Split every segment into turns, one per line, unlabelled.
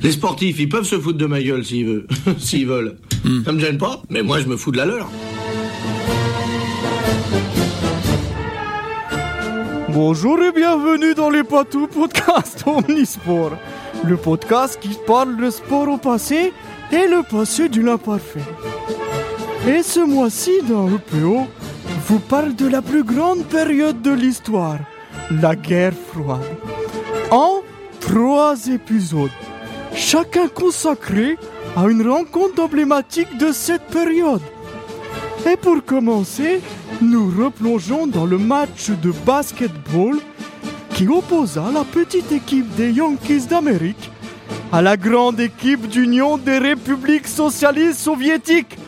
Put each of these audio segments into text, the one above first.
Les sportifs, ils peuvent se foutre de ma gueule s'ils veulent. s'ils veulent. Ça me gêne pas, mais moi je me fous de la leur.
Bonjour et bienvenue dans les Patous Podcast Omnisport, le podcast qui parle le sport au passé et le passé de l'imparfait. Et ce mois-ci dans EPO, vous parle de la plus grande période de l'histoire, la guerre froide. En trois épisodes, chacun consacré à une rencontre emblématique de cette période. Et pour commencer, nous replongeons dans le match de basketball qui opposa la petite équipe des Yankees d'Amérique à la grande équipe d'Union des républiques socialistes soviétiques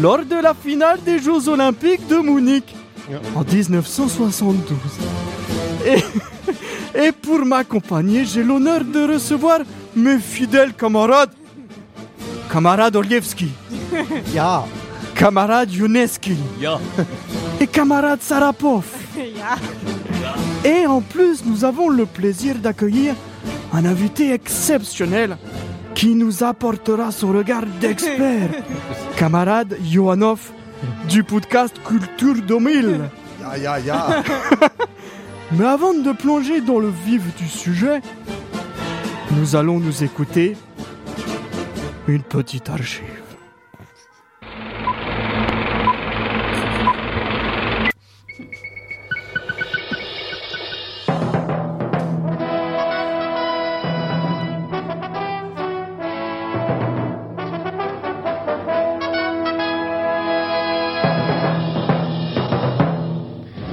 lors de la finale des Jeux olympiques de Munich en 1972. Et, et pour m'accompagner, j'ai l'honneur de recevoir mes fidèles camarades, camarade Olievski,
Ja,
camarade Youneski, et camarade Sarapov. Et en plus, nous avons le plaisir d'accueillir un invité exceptionnel qui nous apportera son regard d'expert, camarade Ioanov du podcast Culture 2000.
ja, ja, ja.
Mais avant de plonger dans le vif du sujet, nous allons nous écouter une petite archive.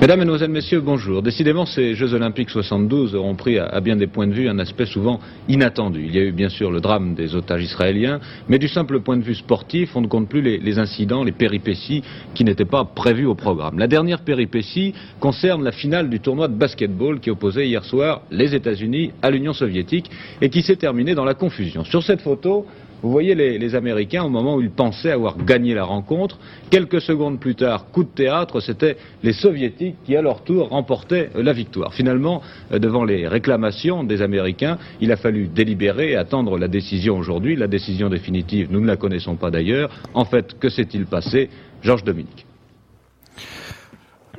Mesdames, Mesdemoiselles, Messieurs, bonjour. Décidément, ces Jeux Olympiques 72 auront pris à, à bien des points de vue un aspect souvent inattendu. Il y a eu bien sûr le drame des otages israéliens, mais du simple point de vue sportif, on ne compte plus les, les incidents, les péripéties qui n'étaient pas prévues au programme. La dernière péripétie concerne la finale du tournoi de basketball qui opposait hier soir les États-Unis à l'Union soviétique et qui s'est terminée dans la confusion. Sur cette photo, vous voyez les, les Américains au moment où ils pensaient avoir gagné la rencontre. Quelques secondes plus tard, coup de théâtre, c'était les Soviétiques qui, à leur tour, remportaient euh, la victoire. Finalement, euh, devant les réclamations des Américains, il a fallu délibérer et attendre la décision aujourd'hui. La décision définitive, nous ne la connaissons pas d'ailleurs. En fait, que s'est-il passé Georges Dominique.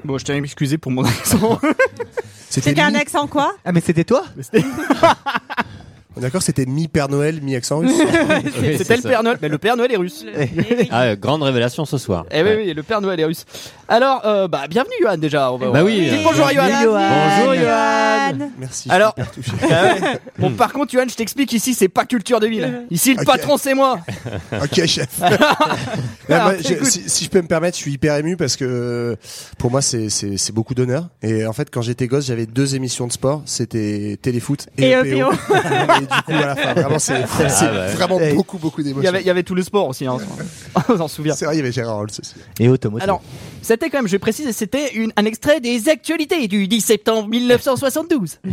Bon, je tiens à m'excuser pour mon accent.
C'était un
mi-
accent quoi
Ah, mais c'était toi
c'était-
On est D'accord, c'était mi-Père Noël, mi-accent russe.
Oui,
C'était
c'est
le
ça.
Père Noël. Mais le Père Noël est russe.
Ah, euh, grande révélation ce soir.
Eh oui, oui, le Père Noël est russe. Alors, euh, bah, bienvenue Johan déjà. On va-
Bah oui.
Dis bonjour à Johan.
Bonjour,
Johan
Merci.
Alors-
je suis hyper touché.
Bon, par contre, Johan, je t'explique, ici, c'est pas culture de ville. Ici, le
Ok.
patron, c'est moi.
ok, chef. Non,
Alors,
moi, je-
écoute.
si, si je peux me permettre, je suis hyper ému parce que euh, pour moi, c'est- c'est c'est beaucoup d'honneur. Et en fait, quand j'étais gosse, j'avais deux émissions de sport. C'était Téléfoot et,
Et E
EPO.
EPO.
et du coup, voilà, enfin, vraiment, c'est c'est
bah.
vraiment
Eh,
beaucoup, beaucoup
Il y
d'émotions.
avait, il y avait tout le sport aussi, hein. on s'en souvient.
C'est vrai, il y avait Gérard Holtz aussi.
Et automotive.
Alors, c'était quand même, je précise, c'était une- un extrait des actualités du 10 septembre 1972.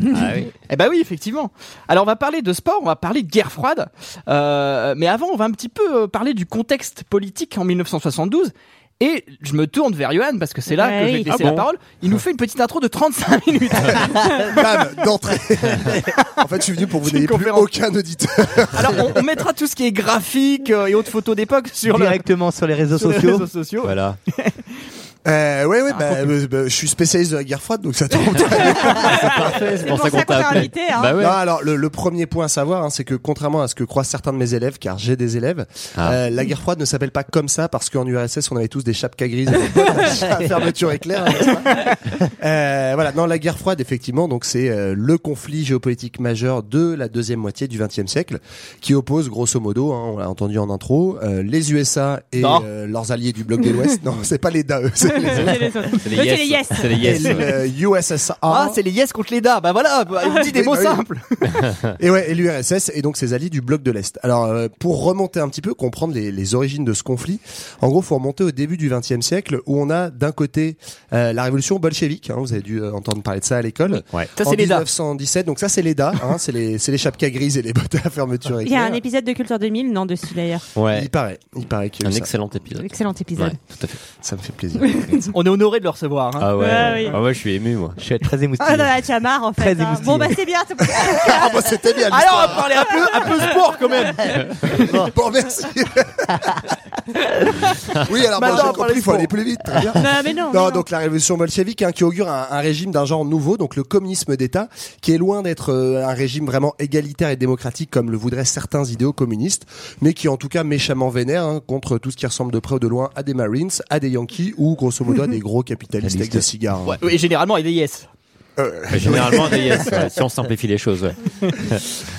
Eh ben oui, effectivement. Alors, on va parler de sport, on va parler de guerre froide. Euh, mais avant, on va un petit peu euh, parler du contexte politique en 1972. Et je me tourne vers Johan, parce que c'est là
Ouais,
que je vais
oui.
te laisser la parole. Il nous fait une petite intro de 35 minutes.
Bam, d'entrée. en fait, je suis venu pour vous
C'est une
n'ayez plus
conférence.
aucun auditeur.
Alors, on, on mettra tout ce qui est graphique euh, et autres photos d'époque sur, le-
directement sur les réseaux
sur les
sociaux.
réseaux sociaux.
voilà.
Euh, ouais,
Ah,
ouais, bah, euh, bah, je suis spécialiste de la guerre froide, donc ça tombe très bien.
C'est pour ça qu'on t'a invité. hein.
Bah ouais.
Non, alors le, le premier point à savoir, hein, c'est que contrairement à ce que croient certains de mes élèves, car j'ai des élèves,
Ah.
euh, la guerre froide ne s'appelle pas comme ça parce qu'en URSS on avait tous des chapkas grises, avec des bottes à fermeture éclair. hein, n'est-ce pas Euh, voilà, non, la guerre froide effectivement, donc c'est euh, le conflit géopolitique majeur de la deuxième moitié du XXe siècle qui oppose grosso modo, hein, on l'a entendu en intro, euh, les USA et
Non.
euh, leurs alliés du bloc de l'Ouest. non, c'est pas les DAE, c'est les E
C'est les autres.
C'est
Eux, c'est les yes.
C'est les yes.
et le USSR.
Ah, c'est les yes contre les da. Bah voilà, bah, il dit des
Oui,
mots
bah oui.
simples.
Et ouais, et l'URSS et donc ses alliés du bloc de l'Est. Alors euh, pour remonter un petit peu, comprendre les, les origines de ce conflit, en gros, faut remonter au début du XXe siècle où on a d'un côté euh, la révolution bolchevique. hein, vous avez dû euh, entendre parler de ça à l'école.
Ça,
en
c'est les da.
1917, donc ça c'est les DA, hein, c'est les c'est les chapkas grises et les bottes à fermeture
Il y a
éclair.
un épisode de Culture 2000, non, dessus d'ailleurs.
Ouais.
Il paraît, il paraît que
Un
ça,
excellent épisode.
Excellent
Ouais,
épisode.
tout à fait.
ça me fait plaisir.
On est honoré de le recevoir. hein.
Ah ouais.
Ah oui.
Ah ouais, je suis ému, moi.
Je suis très
Ah
émoustillé.
non, la chamar en fait.
Très
hein.
émoustillé.
Bon bah c'est bien. c'est bon.
Ah bah c'était bien.
Alors, on va parler un peu, un peu sport quand même.
bon. merci. oui,
Maintenant, on
alors bon, j'ai
parlait
compris, il faut
sport.
aller plus vite. Très bien.
Non mais non.
Non,
non.
donc la révolution bolchevique hein, qui augure un, un régime d'un genre nouveau, donc le communisme d'État, qui est loin d'être euh, un régime vraiment égalitaire et démocratique comme le voudraient certains idéaux communistes, mais qui en tout cas méchamment vénère hein, contre tout ce qui ressemble de près ou de loin à des Marines, à des Yankees ou grosso modo à des gros capitalistes avec des cigares. hein.
Ouais.
Oui, généralement, il est yes.
Mais Bah, Généralement, des yes, ouais, si on simplifie les choses. ouais.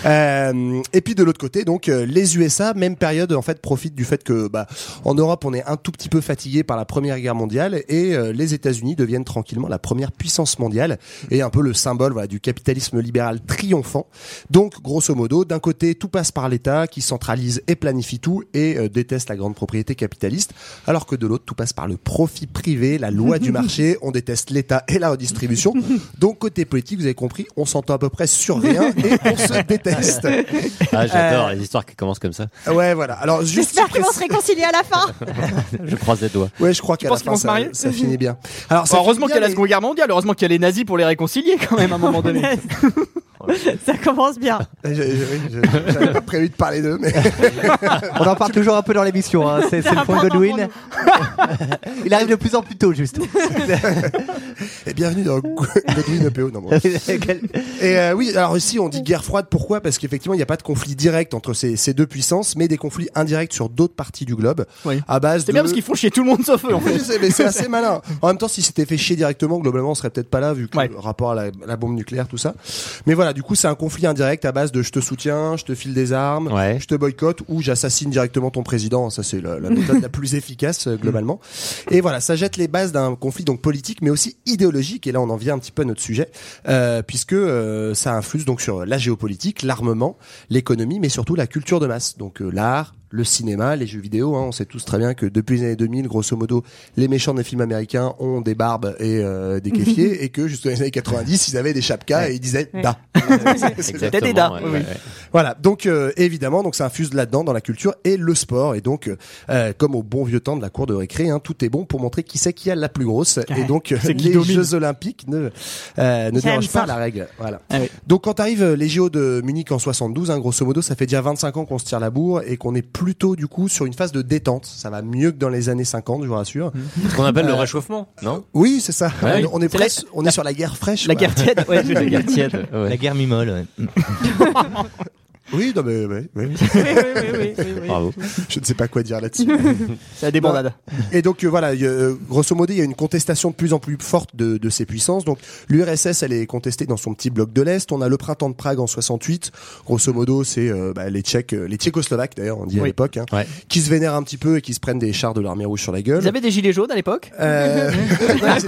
Euh, et puis de l'autre côté, donc euh, les USA, même période en fait profitent du fait que bah, en Europe on est un tout petit peu fatigué par la Première Guerre mondiale et euh, les États-Unis deviennent tranquillement la première puissance mondiale et un peu le symbole voilà, du capitalisme libéral triomphant. Donc grosso modo, d'un côté tout passe par l'État qui centralise et planifie tout et euh, déteste la grande propriété capitaliste, alors que de l'autre tout passe par le profit privé, la loi du marché, on déteste l'État et la redistribution. Donc côté politique, vous avez compris, on s'entend à peu près sur rien et on se déteste.
Ah, j'adore les histoires qui commencent comme ça.
Ouais, voilà. Alors juste.
J'espère qu'ils vont se réconcilier à la fin.
Je croise les doigts.
Ouais, je crois qu'à la
penses qu'ils
fin
vont se
ça,
marier Oh,
ça finit bien. Alors ça
heureusement
finit
qu'il y a
bien,
la Seconde Guerre mondiale, heureusement qu'il y a les nazis pour les réconcilier quand même à un moment donné.
Ça commence bien.
mais- Je- je- oui, je- J'avais pas prévu de parler d'eux, mais
On en parle toujours un peu dans l'émission. hein. C'est c'est le point
important
Godwin. Il arrive de plus en plus tôt, juste.
et bienvenue dans Godwin EPO. Non, bon.
Quel-
Et euh, oui, alors ici on dit guerre froide. Pourquoi Parce qu'effectivement il n'y a pas de conflit direct entre ces, ces deux puissances, mais des conflits indirects sur d'autres parties du globe
Oui.
à base
C'est
de.
bien parce qu'ils font chier tout le monde sauf eux en
Oui,
fait.
je sais, mais c'est assez malin. En même temps, si c'était fait chier directement, globalement, on serait peut-être pas là, vu que
Ouais.
le rapport à la, la bombe nucléaire, tout ça. Mais voilà, du coup, c'est un conflit indirect à base de je te soutiens, je te file des armes,
Ouais.
je te boycotte ou j'assassine directement ton président. Ça, c'est la, la méthode la plus efficace, euh, globalement. Et voilà, ça jette les bases d'un conflit donc politique, mais aussi idéologique. Et là, on en vient un petit peu à notre sujet, euh, puisque euh, ça influe donc sur la géopolitique, l'armement, l'économie, mais surtout la culture de masse. Donc euh, l'art, le cinéma, les jeux vidéo. hein. on sait tous très bien que depuis les années 2000, grosso modo, les méchants des films américains ont des barbes et euh, des keffiers, et que jusqu'aux années 90, ils avaient des chapkas et ils disaient bah.
Ouais.
da.
Exactement,
des dents,
ouais,
oui.
ouais, ouais.
Voilà, donc euh, évidemment, donc ça infuse là-dedans dans la culture et le sport. Et donc, euh, euh, comme au bon vieux temps de la cour de récré, hein, tout est bon pour montrer qui c'est qui a la plus grosse. Et donc, euh,
c'est qui
les
domine.
Jeux Olympiques ne euh, ne
J'aime
dérogent pas
ça.
à la règle. Voilà.
Ah oui.
Donc, quand arrivent euh, les JO de Munich en 72, hein, grosso modo, ça fait déjà 25 ans qu'on se tire la bourre et qu'on est plutôt du coup sur une phase de détente. Ça va mieux que dans les années 50, je vous rassure.
Ce qu'on appelle le réchauffement, non
Oui, c'est ça.
Ouais.
On est
Mmh. C'est la-
presque, on est sur la guerre fraîche.
La
quoi.
guerre tiède, ouais, je-
La guerre tiède. ouais.
La guerre mimole. ouais.
Oui, non, mais, mais- mais-
Oui, oui, oui, oui, oui, oui.
Bravo.
je ne sais pas quoi dire là-dessus.
c'est la débandade.
Et donc euh, voilà, il y a, euh, grosso modo, il y a une contestation de plus en plus forte de, de ces puissances. Donc l'URSS, elle est contestée dans son petit bloc de l'Est. On a le printemps de Prague en 68. Grosso modo, c'est euh, bah, les Tchèques, euh, les Tchécoslovaques d'ailleurs, on dit à
Oui.
l'époque, hein,
Ouais.
qui se vénèrent un petit peu et qui se prennent des chars de l'armée rouge sur la gueule.
Ils avaient des gilets jaunes à l'époque.
Euh,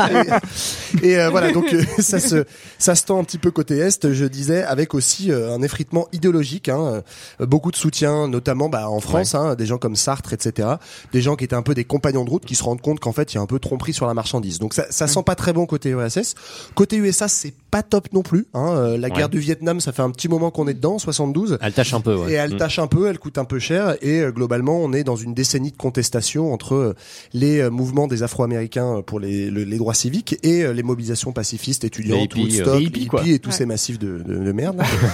et euh, voilà, donc euh, ça se ça se tend un petit peu côté est, je disais, avec aussi euh, un effritement idéologique, hein, euh, beaucoup de soutien, notamment bah, en France, hein, des gens comme Sartre, etc., des gens qui étaient un peu des compagnons de route, qui se rendent compte qu'en fait il y a un peu de tromperie sur la marchandise. Donc ça, ça sent pas très bon côté URSS. Côté USA, c'est pas top non plus. Hein, euh, la guerre
Ouais.
du Vietnam, ça fait un petit moment qu'on est dedans, 72.
Elle tâche un peu, ouais. Mm.
Et elle tâche un peu, elle coûte un peu cher. Et euh, globalement, on est dans une décennie de contestation entre euh, les euh, mouvements des Afro-Américains euh, pour les, le- les droits civiques et euh, les mobilisations pacifistes, étudiantes,
Les hippies,
Woodstock,
euh, les hippies, quoi.
et tous ces massifs de, de, de merde.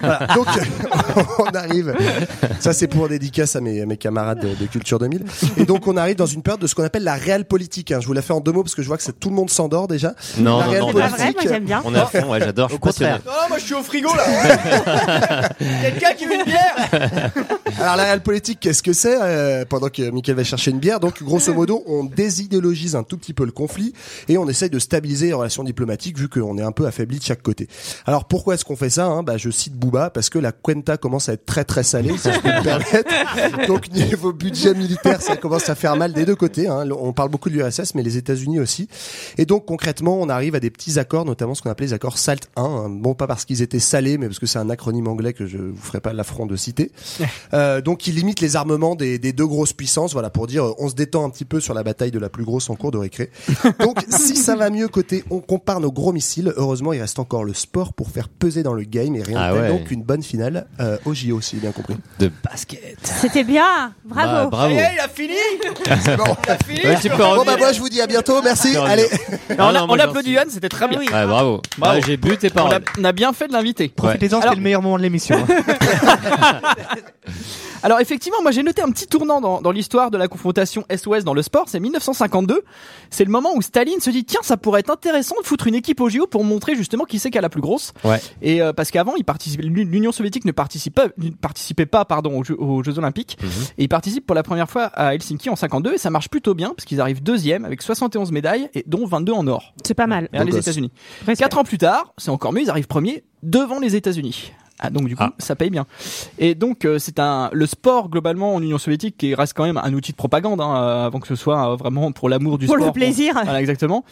Voilà. Donc, on arrive. Ça, c'est pour dédicace à mes, à mes camarades de, de Culture 2000. Et donc, on arrive dans une période de ce qu'on appelle la réelle politique. hein. Je vous la fais en deux mots parce que je vois que c'est- tout le monde s'endort déjà.
Non,
La
non,
réelle
non,
C'est
on est
pas
à
vrai,
politique.
moi j'aime bien.
on est à fond, ouais, j'adore. je suis
contraire.
passionné.
Non, moi je suis au frigo là. Quelqu'un qui veut une bière.
Alors la réelle politique, qu'est-ce que c'est Euh, Pendant que Michael va chercher une bière, donc grosso modo, on désidéologise un tout petit peu le conflit et on essaye de stabiliser les relations diplomatiques vu qu'on est un peu affaibli de chaque côté. Alors pourquoi est-ce qu'on fait ça hein bah, Je cite Booba parce que la Cuenta commence à être très très salée, si je peux me permettre. Donc niveau budget militaire, ça commence à faire mal des deux côtés. hein. On parle beaucoup de l'URSS, mais les États-Unis aussi. Et donc concrètement, on arrive à des petits accords, notamment ce qu'on appelait les accords SALT 1. hein. Bon, pas parce qu'ils étaient salés, mais parce que c'est un acronyme anglais que je vous ferai pas l'affront de citer. Euh, Euh, donc il limite les armements des, des deux grosses puissances, voilà, pour dire euh, on se détend un petit peu sur la bataille de la plus grosse en cours de récré. Donc si ça va mieux côté, on compare nos gros missiles. Heureusement, il reste encore le sport pour faire peser dans le game et rien
Ah
de tel,
ouais.
donc une bonne finale euh, au JO, si j'ai bien compris.
De basket.
C'était bien,
Bah,
bravo.
bravo.
il a fini
Ouais, tu peux
Bon
revenir.
bah moi je vous dis à bientôt, merci.
Non, non.
Allez,
Ah,
On, a- hein.
non,
on
moi, j'en
applaudit Yann, c'était très bien.
suis- Ouais, bravo.
Ah Bravo.
Bah, J'ai bu tes
On, a,
paroles.
on a bien fait de l'inviter.
Profitez-en,
Alors-
c'était le meilleur moment de l'émission. hein.
Alors effectivement, moi j'ai noté un petit tournant dans, dans l'histoire de la confrontation SOS dans le sport, c'est 1952. C'est le moment où Staline se dit tiens, ça pourrait être intéressant de foutre une équipe au JO pour montrer justement qui c'est qui a la plus grosse.
Ouais.
Et euh, parce qu'avant, il participait- l'U- l'Union soviétique ne participait, ne participait pas pardon aux Jeux, aux Jeux olympiques.
Mhm.
Et ils participent pour la première fois à Helsinki en 52 et ça marche plutôt bien parce qu'ils arrivent deuxième avec 71 médailles et dont 22 en or.
C'est pas mal.
Hein,
Beau
les
gosse.
États-Unis.
Respect.
Quatre ans plus tard, c'est encore mieux, ils arrivent premiers devant les États-Unis. Ah, donc du coup,
Ah.
ça paye bien. Et donc, euh, c'est un le sport globalement en Union soviétique qui reste quand même un outil de propagande hein, euh, avant que ce soit euh, vraiment pour l'amour du
Pour
sport.
le plaisir.
Voilà, exactement.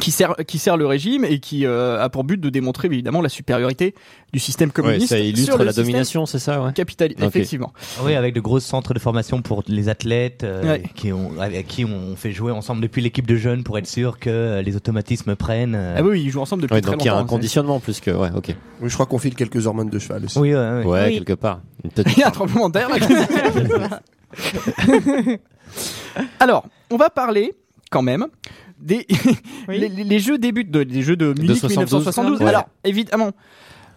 Qui sert, qui sert le régime et qui euh, a pour but de démontrer évidemment la supériorité du système
Ouais,
communiste.
ça
sur
illustre
le
la
système
domination, c'est ça, ouais.
Capitaliste,
Ok.
effectivement.
Ah Oui, avec de gros centres de formation pour les athlètes euh,
Ouais.
qui ont, avec qui on fait jouer ensemble depuis l'équipe de jeunes pour être sûr que euh, les automatismes prennent. euh.
Ah oui, oui, ils jouent ensemble depuis
Ouais,
très
donc il y a un
longtemps, hein,
conditionnement plus que. Ouais, ok.
Oui, je crois qu'on file quelques hormones de cheval aussi.
Oui, ouais, ouais.
Ouais,
Oui.
quelque part. Une
c'est-
petite-
Il y a un tremblement d'air. là, qui- Alors, on va parler quand même des
Oui.
les, les- les jeux débutent de, les jeux de Munich
72.
1972.
Ouais.
Alors évidemment.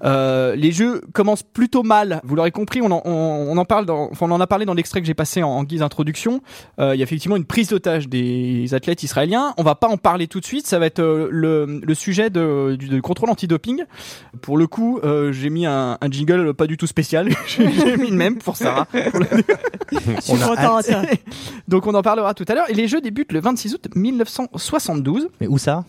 euh, les jeux commencent plutôt mal. Vous l'aurez compris, on en, on, on en parle, dans, enfin, on en a parlé dans l'extrait que j'ai passé en, en guise d'introduction. Euh, Il y a effectivement une prise d'otage des athlètes israéliens. On va pas en parler tout de suite. Ça va être euh, le, le sujet de, du, du contrôle antidoping. Pour le coup, euh, j'ai mis un, un jingle pas du tout spécial. j'ai j'ai mis le même pour Sarah.
Je suis contente.
Donc on en parlera tout à l'heure. Et les jeux débutent le 26 août 1972.
Mais où ça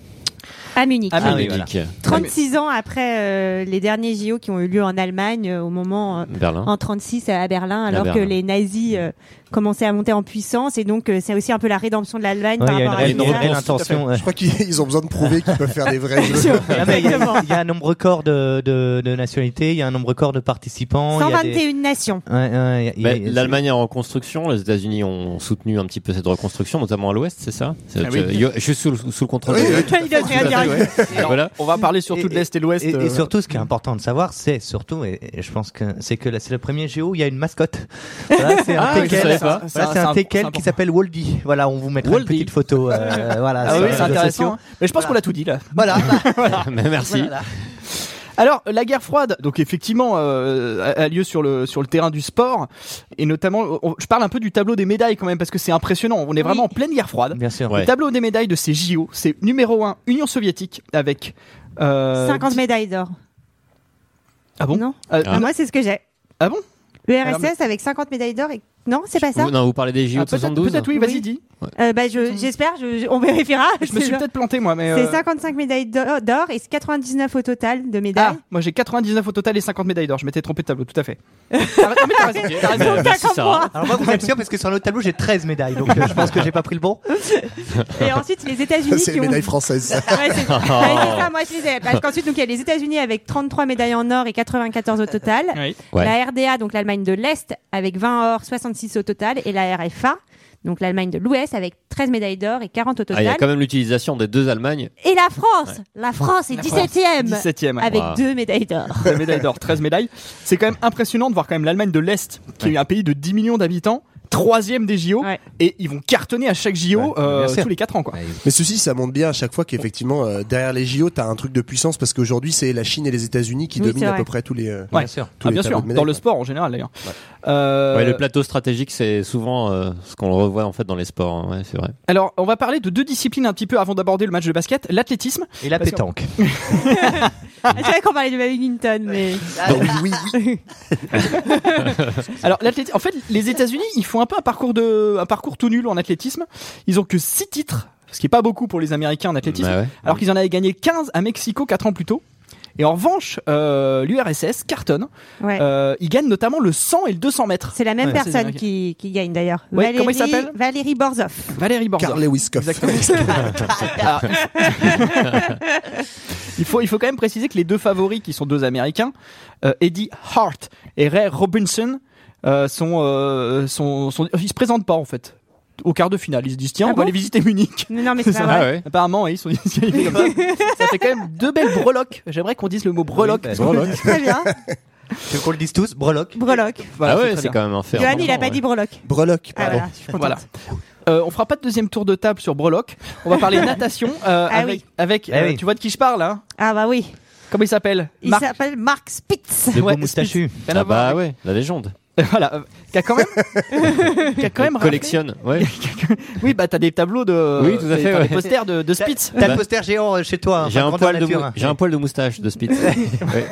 À Munich.
Ah,
Ah,
oui,
oui,
voilà.
Nick.
36 ans après euh, les derniers JO qui ont eu lieu en Allemagne euh, au moment euh,
Berlin.
en 36 à Berlin alors
Berlin.
que les nazis euh, commençaient à monter en puissance et donc euh, c'est aussi un peu la rédemption de l'Allemagne
Ouais,
par
Il y
rapport
a
à
une,
tout ça.
réelle intention. ouais.
Je crois qu'ils ils ont besoin de prouver qu'ils peuvent faire des vrais jeux.
Ah, mais Il y a- il y a un nombre record de, de, de nationalités, il y a un nombre record de participants. il y a des-
121 nations.
Ouais, ouais, il y a-
Mais
il y a-
L'Allemagne est en reconstruction, les États-Unis ont soutenu un petit peu cette reconstruction, notamment à l'Ouest, c'est ça C'est-
Ah oui.
je, je suis sous, le- sous le contrôle.
Oui,
de-
oui.
Il devrait
Tout à fait,
dire.
ouais.
Alors,
Voilà.
On va parler surtout de l'Est et de l'Ouest.
Et, et
euh,
surtout, ce qui est important de savoir, c'est surtout, et, et je pense que c'est que la- c'est le premier géo où il y a une mascotte. Voilà, c'est un
Ah, je
teckel.
savais pas.
Voilà,
Ça,
c'est
c'est
un
un-
teckel
c'est
qui
important.
s'appelle Waldy. Voilà, on vous mettra
Waldy.
une petite photo. euh, voilà,
Ah
sur
oui, c'est
les réseaux sociaux.
intéressant. hein. Mais je pense
Voilà.
qu'on l'a tout dit là.
Voilà.
Mais Merci.
Voilà.
Alors, la guerre froide, donc effectivement, euh, a- a lieu sur le, sur le terrain du sport. Et notamment, on- je parle un peu du tableau des médailles quand même, parce que c'est impressionnant. On est vraiment en pleine guerre froide.
Bien sûr.
Ouais.
Le tableau des médailles de ces JO, c'est numéro 1, Union soviétique, avec. euh,
50
dix-
médailles d'or.
Ah bon
Non
Euh,
Ah, Moi, c'est ce que j'ai. E
Ah bon
Le
Alors, mais-
RSS avec 50 médailles d'or et. Non, c'est pas ça
Vous, non, vous parlez des JO
Ah,
de
Peut-être
72
peut-être oui, vas-y,
Oui.
dis.
Euh, bah, je- J'espère, je- je- on vérifiera.
Je me suis peut-être planté moi, mais.
C'est
euh,
55 médailles d'or d'or et 99 au total de
Ah,
médailles.
moi j'ai 99 au total et 50 médailles d'or. Je m'étais trompé de tableau, tout à fait. T'as ra- non, Ah, mais t'as raison, t'as raison.
Euh, merci,
comme
Sarah.
moi.
Alors moi, vous êtes sûr parce que sur notre tableau, j'ai 13 médailles. Donc euh, je pense que j'ai pas pris le bon.
Et ensuite, les États-Unis
C'est
qui
les
ont.
médailles françaises. ça.
Ah Ouais, c'est ouais, c'est ça, moi je les ai. Parce qu'ensuite, donc, il y a les États-Unis avec 33 médailles en or et 94 au total.
Oui.
Ouais.
La RDA, donc l'Allemagne de l'Est, avec 20 or, 66 au total. Et la RFA, donc l'Allemagne de l'Ouest, avec 13 médailles d'or et 40 au
Ah, il y
total.
a quand même l'utilisation des deux Allemagnes.
Et la France La France est
La France,
17ème
17ème.
avec
Wow.
deux médailles d'or.
La médaille d'or, 13 médailles. C'est quand même impressionnant de voir quand même l'Allemagne de l'Est, qui est un pays de 10 millions d'habitants, troisième des JO,
Ouais.
et ils vont cartonner à chaque JO euh,
bien sûr.
tous les 4 ans. Quoi.
Mais ceci, ça montre bien à chaque fois qu'effectivement, euh, derrière les JO, t'as un truc de puissance parce qu'aujourd'hui, c'est la Chine et les États-Unis qui
Oui,
dominent
c'est
à
vrai.
peu près tous les. euh,
Ouais.
sûr.
tous
Ah,
les
bien
tableaux
sûr,
de médailles,
dans le
quoi.
sport en général d'ailleurs. Euh,
Ouais, le plateau stratégique, c'est souvent euh, ce qu'on revoit en fait dans les sports. hein. Ouais, c'est vrai.
alors, on va parler de deux disciplines un petit peu avant d'aborder le match de basket l'athlétisme.
Et la
Parce que-
pétanque.
Je savais Ah, qu'on parlait du badminton, mais.
Donc, oui, oui,
Alors, l'athlétisme, en fait, les États-Unis, ils font un peu un parcours, de, un parcours tout nul en athlétisme. Ils ont que 6 titres, ce qui est pas beaucoup pour les Américains en athlétisme.
Bah ouais.
alors qu'ils en avaient gagné 15 à Mexico 4 ans plus tôt. Et en revanche, euh, l'URSS cartonne.
Ouais.
Euh, ils gagnent notamment le 100 et le 200 mètres.
C'est la même
Ouais, c'est
personne
dingue.
qui, qui gagne d'ailleurs.
Ouais,
Valérie,
comment il s'appelle
Valérie Borzov.
Valérie Bordeaux.
Carl Lewis Koff.
Alors, il, faut, il faut quand même préciser que les deux favoris, qui sont deux Américains, euh, Eddie Hart et Ray Robinson, euh, sont, euh, sont, sont- ils se présentent pas en fait au quart de finale. Ils se disent tiens,
Ah
on va
bon
aller visiter Munich.
Non, non, mais c'est
Ça.
pas
Ah
vrai.
ouais.
Apparemment, ils sont ils sont arrivés comme ça. Ça fait quand même deux belles breloques. J'aimerais qu'on dise le mot breloque.
Oui,
Ah,
bah,
Très bien.
Tu veux qu'on le dise tous Breloque.
Breloque.
Voilà,
ah
très
ouais, c'est
bien.
quand même un fait.
Johan, il a pas dit breloque.
Breloque,
Ah,
pardon.
voilà, je suis contente.
Voilà. Euh, on fera pas de deuxième tour de table sur breloque. On va parler natation euh,
Ah
avec, avec
Eh
Ah
euh,
oui.
tu vois de qui je parle hein
Ah, bah oui.
Comment il s'appelle
Il
Marc-
s'appelle Marc Spitz.
Le
Ouais,
beau moustachu.
Rien à voir
Ah bah
avec-
ouais, la légende.
voilà, euh, qui a quand même, qui a quand même rappelé-
Collectionne, ouais.
Oui, bah t'as des tableaux de,
Oui, tout
t'as-
à fait,
t'as
ouais.
des posters de, de Spitz.
T'as le poster géant euh, chez toi. hein,
J'ai
enfin,
un,
grandeur
poil de
nature,
mou-
hein. Oh,
j'ai un poil de moustache de Spitz. Ouais.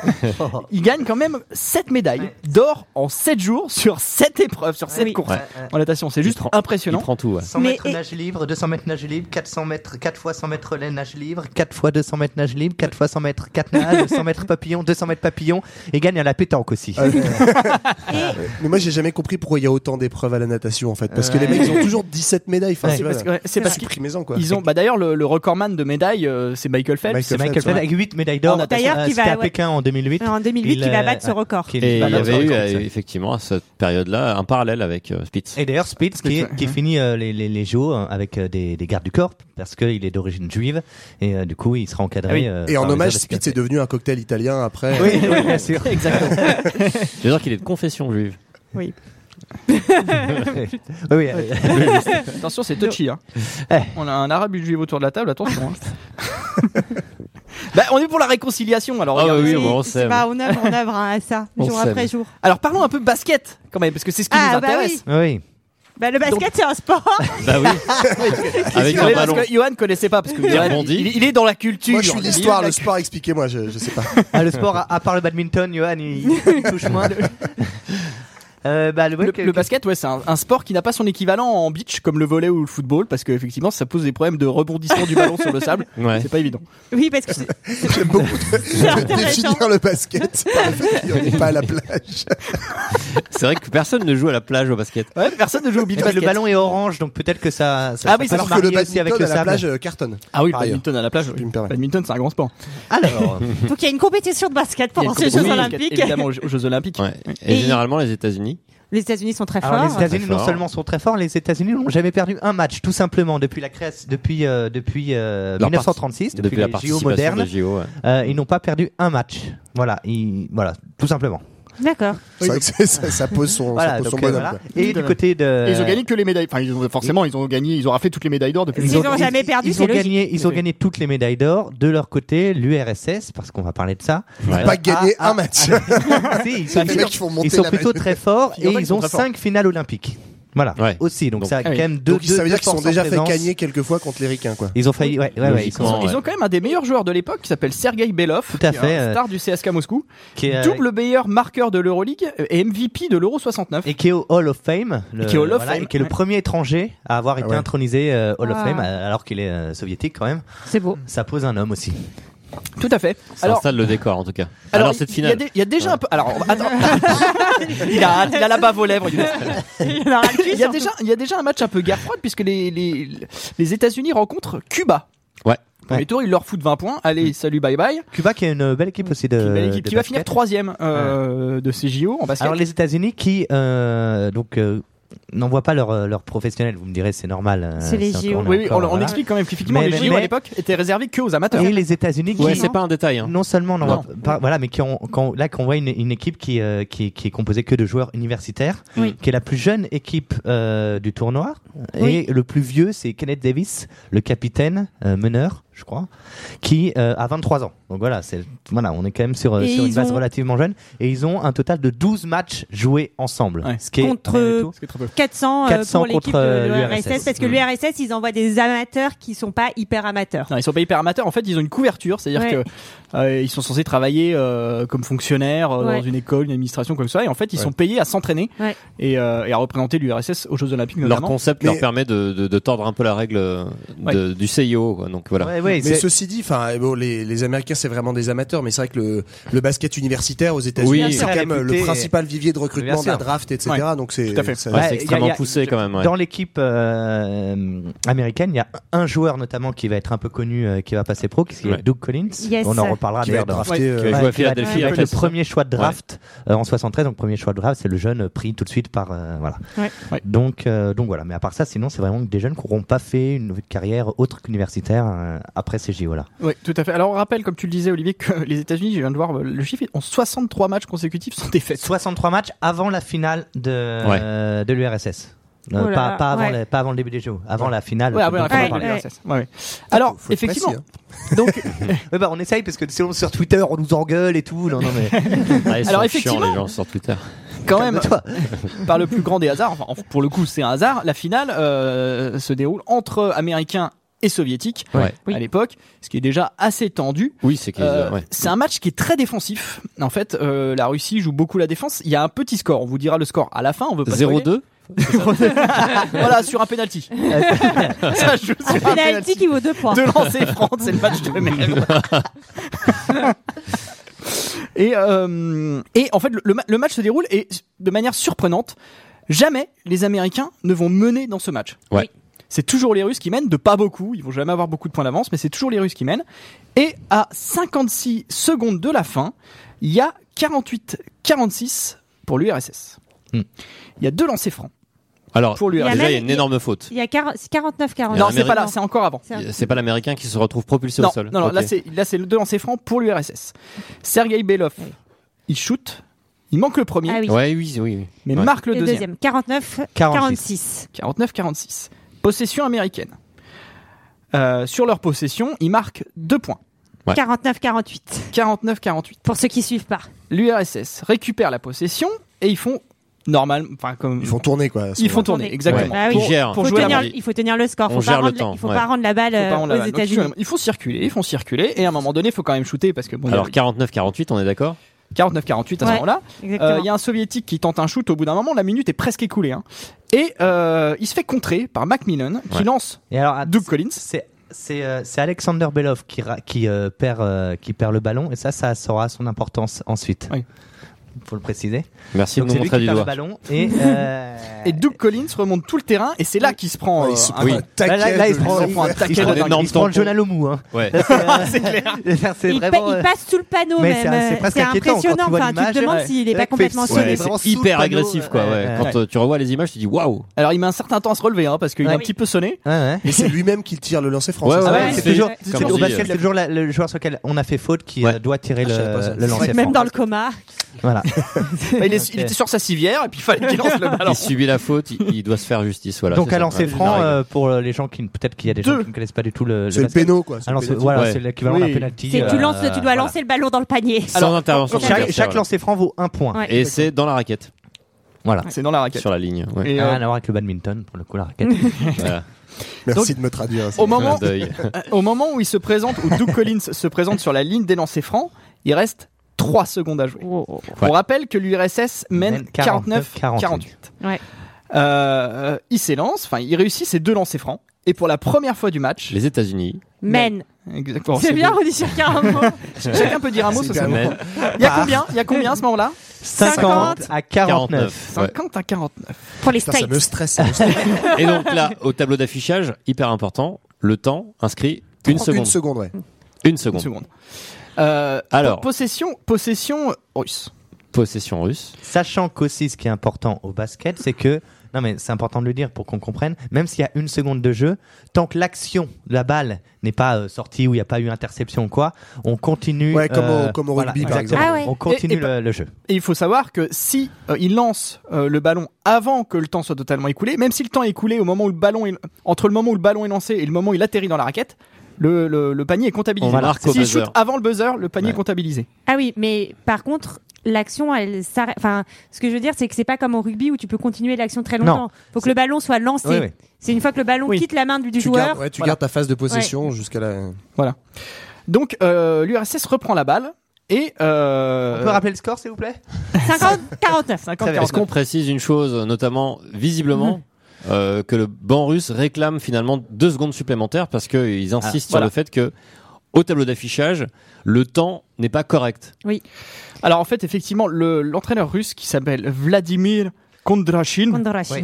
Il gagne quand même 7 médailles d'or en 7 jours sur 7 épreuves, sur 7
Oui.
courses
Ouais.
en natation. C'est juste
prend- Il
impressionnant.
prend tout. ouais.
100
Mais
mètres
et-
nage libre, 200 mètres nage libre, 400 mètres, 4 fois 100 mètres relais nage libre, 4 fois 200 mètres nage libre, 4 fois 100 mètres 4 nages, 100 mètres papillon, 200 mètres papillon, et gagne à la pétanque aussi.
Mais moi, j'ai jamais compris pourquoi il y a autant d'épreuves à la natation, en fait. Parce que
Ouais.
les mecs, ils ont toujours 17 médailles. Enfin,
Ouais.
tu vois,
Parce que- ouais, C'est parce qu'ils
supprimez-en, quoi.
ils ont, bah d'ailleurs, le, le recordman de médailles, euh, c'est Michael Phelps.
Michael
C'est Michael Phelps avec 8 médailles d'or. euh,
En natation.
Oh, D'ailleurs, qui
C'était
va-
à
ouais.
Pékin en 2008.
En 2008,
Il
il va
a-
battre ce record.
qui-
Et
bah,
il y
non,
avait
c'est
eu
vrai,
euh,
c'est-
effectivement à cette période-là un parallèle avec euh, Spitz.
Et d'ailleurs, Spitz qui,
Spitz, ouais.
qui finit euh, les, les, les JO euh, avec euh, des, des gardes du corps parce qu'il est d'origine juive et euh, du coup il sera encadré.
Ah oui.
euh,
Et en
par les
hommage,
autres
Spitz
parce
est devenu un cocktail italien après.
que- Oui, oui, bien sûr.
Exactement.
Je veux dire qu'il est de confession juive.
oui, oui, euh,
Attention, c'est touchy. Hein.
Eh.
On a un arabe et une juive autour de la table, attention. hein. bah, on est pour la réconciliation, alors.
Ah
regardez.
oui,
C'est-
bon, on
c'est
s'aime.
pas- on œuvre, on œuvre hein, à ça,
On
jour
s'aime.
après jour.
Alors parlons un peu basket, quand même, parce que c'est ce qui nous
Ah, bah
intéresse.
oui.
oui.
Bah, le basket, c'est un sport.
Bah oui. avec un
Désolé, parce
ballon.
que Johan connaissait pas, parce que
Il
Johan,
rebondit.
il, il est dans la culture.
Moi, je suis
Il est
l'histoire,
dans la
le sport, expliquez-moi, je, je sais pas.
Ah, le sport, à, à part le badminton, Johan, il, il touche moins. de- Euh, bah, le,
Le,
que-
le basket, ouais, c'est un, un sport qui n'a pas son équivalent en beach comme le volley ou le football parce que effectivement, ça pose des problèmes de rebondissement du ballon sur le sable.
Ouais.
C'est pas évident.
Oui, parce que c'est-
J'aime beaucoup de, de
intéressant.
définir le basket par le fait qu'on n'est pas à la plage.
C'est vrai que personne ne joue à la plage au basket.
Ouais, personne ne joue au beach
Et puis,
basket.
le ballon est orange, donc peut-être que ça. ça
Ah
ça
oui,
peut
Alors
se
que le
marier aussi
badminton
avec le
à la
sable.
plage euh, cartonne.
Ah oui, le
Par ailleurs.
badminton à la plage.
Je
oui.
me permets.
Badminton, c'est un grand sport.
Alors,
donc il y a une compétition de basket
Il y a
pendant
une
ces
compétition
Jeux
de basket,
Olympiques.
Évidemment, aux Jeux- aux Jeux Olympiques.
Ouais. Et,
Et-
généralement les États-Unis.
Les États-Unis sont très
alors, les
forts.
États-Unis non
fort.
seulement sont très forts, les États-Unis n'ont jamais perdu un match, tout simplement depuis la création, depuis euh, depuis euh,
Leur
1936, depuis,
Depuis la
les JO
participation
modernes,
des JO. ouais.
euh, ils n'ont pas perdu un match. Voilà, ils, voilà, tout simplement.
D'accord.
C'est vrai que c'est- ça, ça pose son, ça
Voilà,
pose son
donc, euh,
bonhomme.
voilà.
quoi.
Et du côté de.
Ils ont gagné que les médailles. Enfin, ils ont, forcément, ils ont gagné, ils ont raflé toutes les médailles d'or depuis.
Ils ont jamais perdu,
Ils
c'est
ont
logique.
gagné, ils ont gagné toutes les médailles d'or. De leur côté, l'URSS, parce qu'on va parler de ça.
Ouais.
Pas gagner
ah,
un match.
Si, ils
Ça
sont,
fait qu'ils font monter
ils sont
la
plutôt
magie.
très forts
Il y
et
en a qui
ils
sont
ont
très forts.
cinq finales olympiques. Voilà.
Ouais.
Aussi, donc
Donc,
ça a
ah
quand
oui.
même deux.
Donc ça
deux
veut dire qu'ils sont
forces en
déjà fait
présence.
gagner quelques fois contre les Ricains, quoi.
Ils ont failli. Ouais, ouais, ouais, ils
Logiquement,
sont.
ouais.
Ils ont quand même un des meilleurs joueurs de l'époque qui s'appelle Sergei Belov,
Tout à
qui est
fait,
un
euh,
star du CSK Moscou,
qui est, euh,
double meilleur marqueur de l'Euroleague et MVP de l'Euro 69.
Et qui est au Hall of Fame, le,
Et qui est au Hall of
voilà,
Fame,
et qui est le
ouais.
premier étranger à avoir été
Ah ouais.
intronisé euh, Hall of
Ah.
Fame, euh, alors qu'il est euh, soviétique quand même.
C'est beau.
Ça pose un homme aussi.
Tout à fait.
Ça
Alors,
installe le décor en tout cas. Alors,
alors,
cette
il y a
finale.
dé- il y, a déjà un peu. Alors, on va- attends. il a, il a la bave aux lèvres. il est-
Il en aura le cul,
Il y, a
surtout.
déjà, il y a déjà un match un peu guerre froide puisque les, les, les États-Unis rencontrent Cuba.
Ouais.
Premier
Ouais.
tour, ils leur foutent 20 points. Allez, salut, bye bye.
Cuba qui est une belle équipe aussi de.
Une belle équipe
de
qui va
Euh, basket.
finir troisième euh, de ces JO en basket.
Alors les États-Unis qui euh, donc euh, n'envoient pas leurs euh, leurs professionnels, vous me direz c'est normal. euh,
C'est les
encore-
JO.
est
oui, oui, on,
encore,
on
voilà.
explique quand même qu'effectivement
Mais-
les
mais-
JO à
mais-
l'époques étaient réservés que aux amateurs.
Et les États-Unis
Ouais,
qui
c'est pas un détail. hein.
non seulement n'envoient
Non.
pas- voilà mais qui ont quand- là qu'on voit une, une équipe qui, euh, qui qui est composée que de joueurs universitaires,
Oui.
qui est la plus jeune équipe euh, du tournoi
Oui.
et le plus vieux c'est Kenneth Davis, le capitaine euh, meneur je crois, qui euh, a 23 ans. Donc voilà c'est voilà on est quand même sur, euh,
Et
sur une
ils
base
ont-
relativement jeune et ils ont un total de 12 matchs joués ensemble,
Ouais.
ce qui est
Contre-
rien du tout.
Parce que très peu.
400, euh,
400
pour l'équipe
contre,
de
euh,
l'URSS
l'URSS.
parce que
Mm.
l'URSS ils envoient des amateurs qui sont pas hyper amateurs.
Ah. Non, ils sont pas hyper amateurs. En fait, ils ont une couverture, c'est-à-dire
Ouais.
que euh, ils sont censés travailler euh, comme fonctionnaires euh,
Ouais.
dans une école, une administration comme ça. Et en fait, ils sont payés à s'entraîner
Ouais.
et, euh, et à représenter l'URSS aux Jeux Olympiques
Leur
notamment.
concept
Mais-
leur permet de, de- de tordre un peu la règle euh, de- du CIO. quoi. Donc voilà.
Ouais, ouais,
Mais
c'est-
ceci dit, enfin, bon, les, les Américains, c'est vraiment des amateurs, mais c'est vrai que le, le basket universitaire aux États-Unis,
Oui.
c'est quand même
Réputé.
le principal vivier de
Bien
recrutement
sûr.
de la draft, etc.
Ouais.
Donc c'est
Tout à fait.
ça-
Ouais,
Ouais,
c'est
y a-
extrêmement
y a-
poussé quand même. ouais.
Dans l'équipe euh, américaine, il y a un joueur notamment qui va être un peu connu, euh, qui va passer pro, qui
Ouais.
est Doug Collins.
Yes.
On en reparlera
qui va
d'ailleurs
être
dans
drafté.
Ouais.
euh,
Qui va jouer à
qui va être-
Philadelphie
qui va être
avec
le
les Suns.
premier choix de draft euh, en 73, donc premier choix de draft, c'est le jeune pris tout de suite par euh, voilà.
Ouais.
Ouais.
Donc euh, donc voilà, mais à part ça, sinon c'est vraiment que des jeunes qui n'auront pas fait une carrière autre qu'universitaire euh, après ces JO là.
Oui, tout à fait. Alors on rappelle, comme tu le disais Olivier, que les États-Unis, je viens de voir euh, le chiffre, en 63 matchs consécutifs sans défaite.
63 matchs avant la finale de
Ouais.
euh, de l'URSS. Euh,
Oh là
pas,
là,
pas avant
ouais.
le, pas avant le début des JO, avant la finale.
Ouais, ouais,
dont
ouais,
on va
ouais,
parler.
ouais.
ouais, ouais. Alors,
hein. faut être
effectivement,
précis, hein.
donc
Ouais, bah, on essaye parce que sinon sur Twitter on nous engueule et tout. Non, non, mais
Ah, ils sont
Alors,
chiants,
effectivement-
les gens sur Twitter.
quand même, par le plus grand des hasards, enfin, en- pour le coup c'est un hasard, la finale euh, se déroule entre Américains et Soviétiques
Ouais.
Oui.
à l'époque, ce qui est déjà assez tendu.
Oui, c'est qu'ils.
Euh,
ouais.
C'est un match qui est très défensif. En fait, euh, la Russie joue beaucoup la défense. Il y a un petit score. On vous dira le score à la fin. On veut pas spoiler.
0-2
voilà, sur un penalty. ça joue sur
Un penalty qui vaut deux points.
de lancer France, c'est le match de même. et, euh, et en fait, le, le ma- le match se déroule et de manière surprenante, jamais les Américains ne vont mener dans ce match.
Ouais. Oui.
C'est toujours les Russes qui mènent, de pas beaucoup, ils vont jamais avoir beaucoup de points d'avance, mais c'est toujours les Russes qui mènent. Et à 56 secondes de la fin, il y a 48-46 pour l'URSS.
Hmm.
Il y a deux lancers francs
Alors,
pour
y a
l'URSS.
déjà, il y a
même-
une énorme faute.
Il y a 49 40
Oh. Il y a
Non,
un
c'est pas là, c'est encore avant.
C'est pas l'américain qui se retrouve propulsé
non,
au sol.
Non, non,
Ok.
là c'est là c'est le deux lancers francs pour l'URSS. Sergei Belov, il shoot, il manque le premier,
Ah oui.
Ouais, oui, oui. oui.
mais
Ouais.
marque le
Le
deuxième.
deuxième. 49 46.
49-46. Possession américaine. Euh, sur leur possession, ils marquent 2 points.
49 48.
49-48.
Pour ceux qui suivent pas.
L'URSS récupère la possession et ils font normal, enfin comme
Ils font tourner quoi. à ce
ils font
moment-là.
tourner,
tourner.
exactement.
Ouais. Bah oui.
Pour,
Ils gèrent.
pour
Faut
jouer à la
tenir-
balle.
il faut tenir le score.
On
Faut pas
gère le
rendre la-
temps,
Il faut
ouais.
pas rendre la balle
Faut pas
euh,
rendre la
aux
balle. Donc,
États-Unis.
ils font circuler, ils font circuler et à un moment donné, il faut quand même shooter parce que bon,
Alors 49-48, on est d'accord
49-48 à ce
Ouais.
moment-là. Euh, Il
Exactement.
y a un soviétique qui tente un shoot au bout d'un moment, la minute est presque écoulée. hein. Et euh, il se fait contrer par Macmillan qui
Ouais.
lance
Et alors,
Doug Collins.
C'est c'est euh, c'est Alexander Belov qui ra- qui euh, perd euh, qui perd le ballon et ça ça aura son importance ensuite.
Oui.
Faut le préciser.
Merci
Donc
de
c'est
nous
lui qui
montrer
perd
du
le
doigt.
ballon et euh,
Et Doug Collins remonte tout le terrain et c'est là qu'il se prend.
Ouais,
euh,
ils Oh, se
un-
prennent
oui.
un
là,
taquet
là, là, il
de-
prend,
se
il
prend un
il
taquel
se prend-
d'un énorme
il se prend le
tampon.
Jonah Lomu. Hein.
Ouais.
c'est clair. C'est
Il, pa-
vraiment.
il
euh,
passe sous le panneau
mais c'est-
même.
c'est
euh,
presque
C'est
inquiétant quand tu
impressionnant.
vois
Enfin, tu te
l'image.
demandes s'il est
Ouais,
pas complètement
fait- ouais,
sonné.
c'est vraiment
c'est
sous le
hyper
panneau,
agressif quoi.
euh,
ouais.
ouais.
Quand euh, tu revois les images, tu dis waouh.
Alors il met un certain temps à se relever hein, parce qu'il est
Ouais.
un petit peu sonné.
Ouais, ouais.
Mais c'est lui-même qui tire le lancer français.
Ouais,
Ah ouais,
ouais,
c'est
c'est-
toujours,
ouais.
c'est
Comme
toujours
on
au
dit,
basket,
euh,
c'est toujours la- le joueur sur lequel on a fait faute qui
Ouais.
euh, doit tirer
Ah, je savais pas ça.
le, le lancer franc.
Même dans le coma.
Voilà.
Bah, il, est- il était sur sa civière et puis il fallait qu'il lance le ballon.
euh, Il subit la faute, il, il doit se faire justice. Voilà,
Donc
c'est
à
ça.
lancer
Ouais,
franc,
la règle.
euh, pour les gens qui ne- peut-être qu'il y a des gens
Deux.
qui ne connaissent pas du tout le.
C'est le
basket.
péno quoi. c'est
Ah,
le
lancer-
péno.
voilà,
Ouais.
c'est l'équivalent d'un
Oui.
penalty.
C'est- Tu
euh,
lances, tu dois
voilà.
lancer le ballon dans le panier.
Sans intervention.
Chaque, chaque
adversaire,
lancer franc vaut un point.
Ouais.
Et c'est dans la raquette,
Voilà.
C'est dans la raquette.
sur la ligne. ouais.
Et,
Rien
euh,
à voir avec le badminton, pour le coup, la raquette.
Voilà.
Merci de me traduire. hein,
au moment
Clin d'œil.
Euh, au moment où il se présente, où Doug Collins se présente sur la ligne des lancers francs, il reste 3 secondes à jouer.
Ouais.
On rappelle que l'URSS mène
Mène 49,
49-48.
Ouais.
Euh, il s'élance, enfin il réussit ses deux lancers francs. Et pour la première fois du match,
Les États-Unis.
Men.
Exactement,
C'est
c'est
bien,
beau.
on dit chacun un mot.
Chacun peut dire un mot
C'est
sur
hyper
ça.
mènent
Il y a combien Il y a combien à ce moment-là
50 à 49.
49. ouais.
50 à 49.
Pour les
Putain, ça
States.
me stresse. ça me stresse.
Et donc là, au tableau d'affichage, hyper important, le temps inscrit une
Une
seconde.
seconde, ouais.
Une
Une
seconde.
seconde. Euh,
Alors.
possession, possession russe.
Possession russe.
Sachant qu'aussi, ce qui est important au basket, c'est que. Non, mais c'est important de le dire pour qu'on comprenne. Même s'il y a une seconde de jeu, tant que l'action de la balle n'est pas euh, sortie ou il n'y a pas eu interception ou quoi, on continue.
Ouais, comme au-
euh,
comme au
voilà,
rugby, par
exactement.
exemple. Ah ouais.
On continue
Et- et
le, le jeu.
Et il faut savoir que si euh, il lance euh, le ballon avant que le temps soit totalement écoulé, même si le temps est écoulé au moment où le ballon est- entre le moment où le ballon est lancé et le moment où il atterrit dans la raquette, le, le- le panier est
On
comptabilisé.
marque au
S'il shoot
buzzer.
avant le buzzer, le panier
Ouais.
est comptabilisé.
Ah oui, mais par contre, l'action, elle s'arrête. Enfin, ce que je veux dire, c'est que c'est pas comme au rugby où tu peux continuer l'action très longtemps.
Non.
Faut que le ballon soit lancé.
Oui, oui.
C'est une fois que le ballon
Oui.
quitte la main du, du
Tu,
joueur.
gardes, ouais, tu
Voilà.
gardes ta phase de possession jusqu'à la.
Donc euh, l'URSS reprend la balle et euh,
On peut rappeler le score, s'il vous plaît
50, 49.
50,
Est-ce
Est-ce
49.
qu'on
Mhm.
précise une chose, notamment visiblement euh, que le banc russe réclame finalement deux secondes supplémentaires parce qu'ils
Ah,
insistent sur
voilà.
le fait que au tableau d'affichage, le temps n'est pas correct.
Alors en fait, effectivement, le- l'entraîneur russe qui s'appelle Vladimir Kondrashin,
Kondrashin.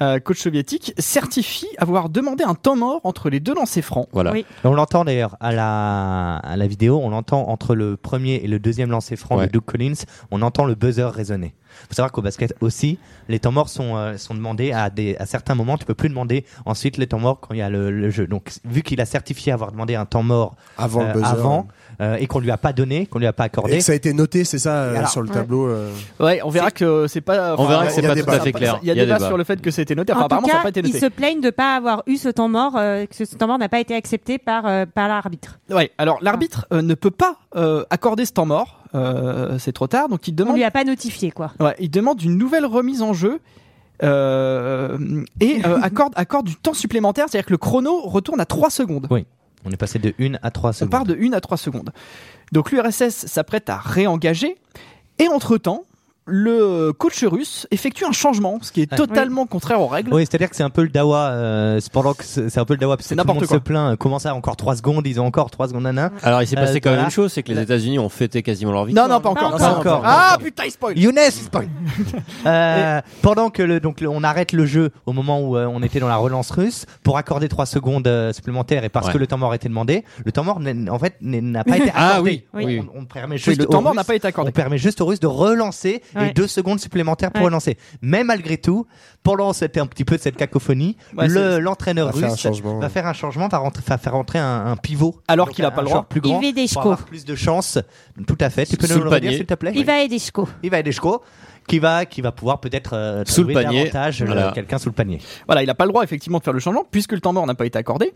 euh, coach soviétique, certifie avoir demandé un temps mort entre les deux lancers francs.
Voilà.
Oui.
Et On l'entend d'ailleurs à la, à la vidéo, on l'entend entre le premier et le deuxième lancer franc
Ouais.
de Doug Collins, on entend le buzzer résonner. faut savoir qu'au basket aussi, les temps morts sont, euh, sont demandés à, des, à certains moments, tu peux plus demander ensuite les temps morts quand il y a le, le jeu. Donc vu qu'il a certifié avoir demandé un temps mort
Avant
euh,
le buzzer.
avant euh, et qu'on lui a pas donné, qu'on lui a pas accordé,
Et que ça a été noté, c'est ça, euh,
Alors,
sur le
ouais.
tableau. euh.
Ouais, on verra que c'est pas.
On verra
ouais,
que c'est
il y a
pas
des
tout à
débats.
fait clair.
Il y a débat sur le fait que c'était noté. Enfin,
en tout
apparemment, ça n'a
cas,
pas été
ils
noté.
se plaignent de ne pas avoir eu ce temps mort, euh, que ce temps mort n'a pas été accepté par, euh, par l'arbitre.
Ouais, alors l'arbitre euh, ne peut pas euh, accorder ce temps mort, euh, c'est trop tard, donc il
On
demande,
lui a pas notifié, quoi.
ouais, il demande une nouvelle remise en jeu euh, et euh, accorde, accorde du temps supplémentaire, c'est-à-dire que le chrono retourne à 3 secondes.
on est passé de 1 à 3
On
secondes.
part de 1 à 3 secondes. Donc l'URSS s'apprête à réengager et entre-temps, le coach russe effectue un changement, ce qui est
Ouais.
totalement contraire aux règles.
Oui, c'est-à-dire que c'est un peu le dawa. Euh, c'est pendant que c'est c'est un peu le dawa, parce que
C'est
tout le
n'importe
monde
quoi.
se plaint. euh, Comment ça, encore 3 secondes Ils ont encore 3 secondes, nana.
Alors il s'est
Euh,
passé quand même
voilà.
une chose, c'est que les
La-
États-Unis ont fêté quasiment leur victoire.
Non, non, pas encore.
Pas
Pas encore.
Ah putain, il spoil
Younes spoil. Euh, Pendant que le, donc le- on arrête le jeu au moment où euh, on était dans la relance russe pour accorder 3 secondes euh, supplémentaires et parce
Ouais.
que le temps mort a été demandé, le temps mort n'est- en fait n'est- n'a pas été accordé.
Ah oui,
On-
oui.
On, on permet
Oui,
juste
le
aux
temps mort
Russes-
n'a pas été accordé.
on permet juste aux Russes de relancer
Ouais.
et deux secondes supplémentaires pour
Ouais.
relancer. Mais malgré tout, pendant c'était un petit peu de cette cacophonie,
Ouais,
le
c'est-
l'entraîneur
va faire un
russe
changement.
va faire un changement, va, rentrer- va faire rentrer un, un pivot.
Alors
Donc
qu'il a
un-
pas le
un
droit.
joueur plus grand.
Ivedeshko.
Pour avoir plus de chance. Tout à fait. Tu peux
Sous
nous
le
le redire,
panier.
s'il te plaît
Il va aider Shko.
Iva Edeshko qui va qui va pouvoir peut-être euh,
Sous le
trouver
panier,
davantage euh,
voilà.
quelqu'un sous le panier.
Voilà, il n'a pas le droit effectivement de faire le changement puisque le temps mort n'a pas été accordé.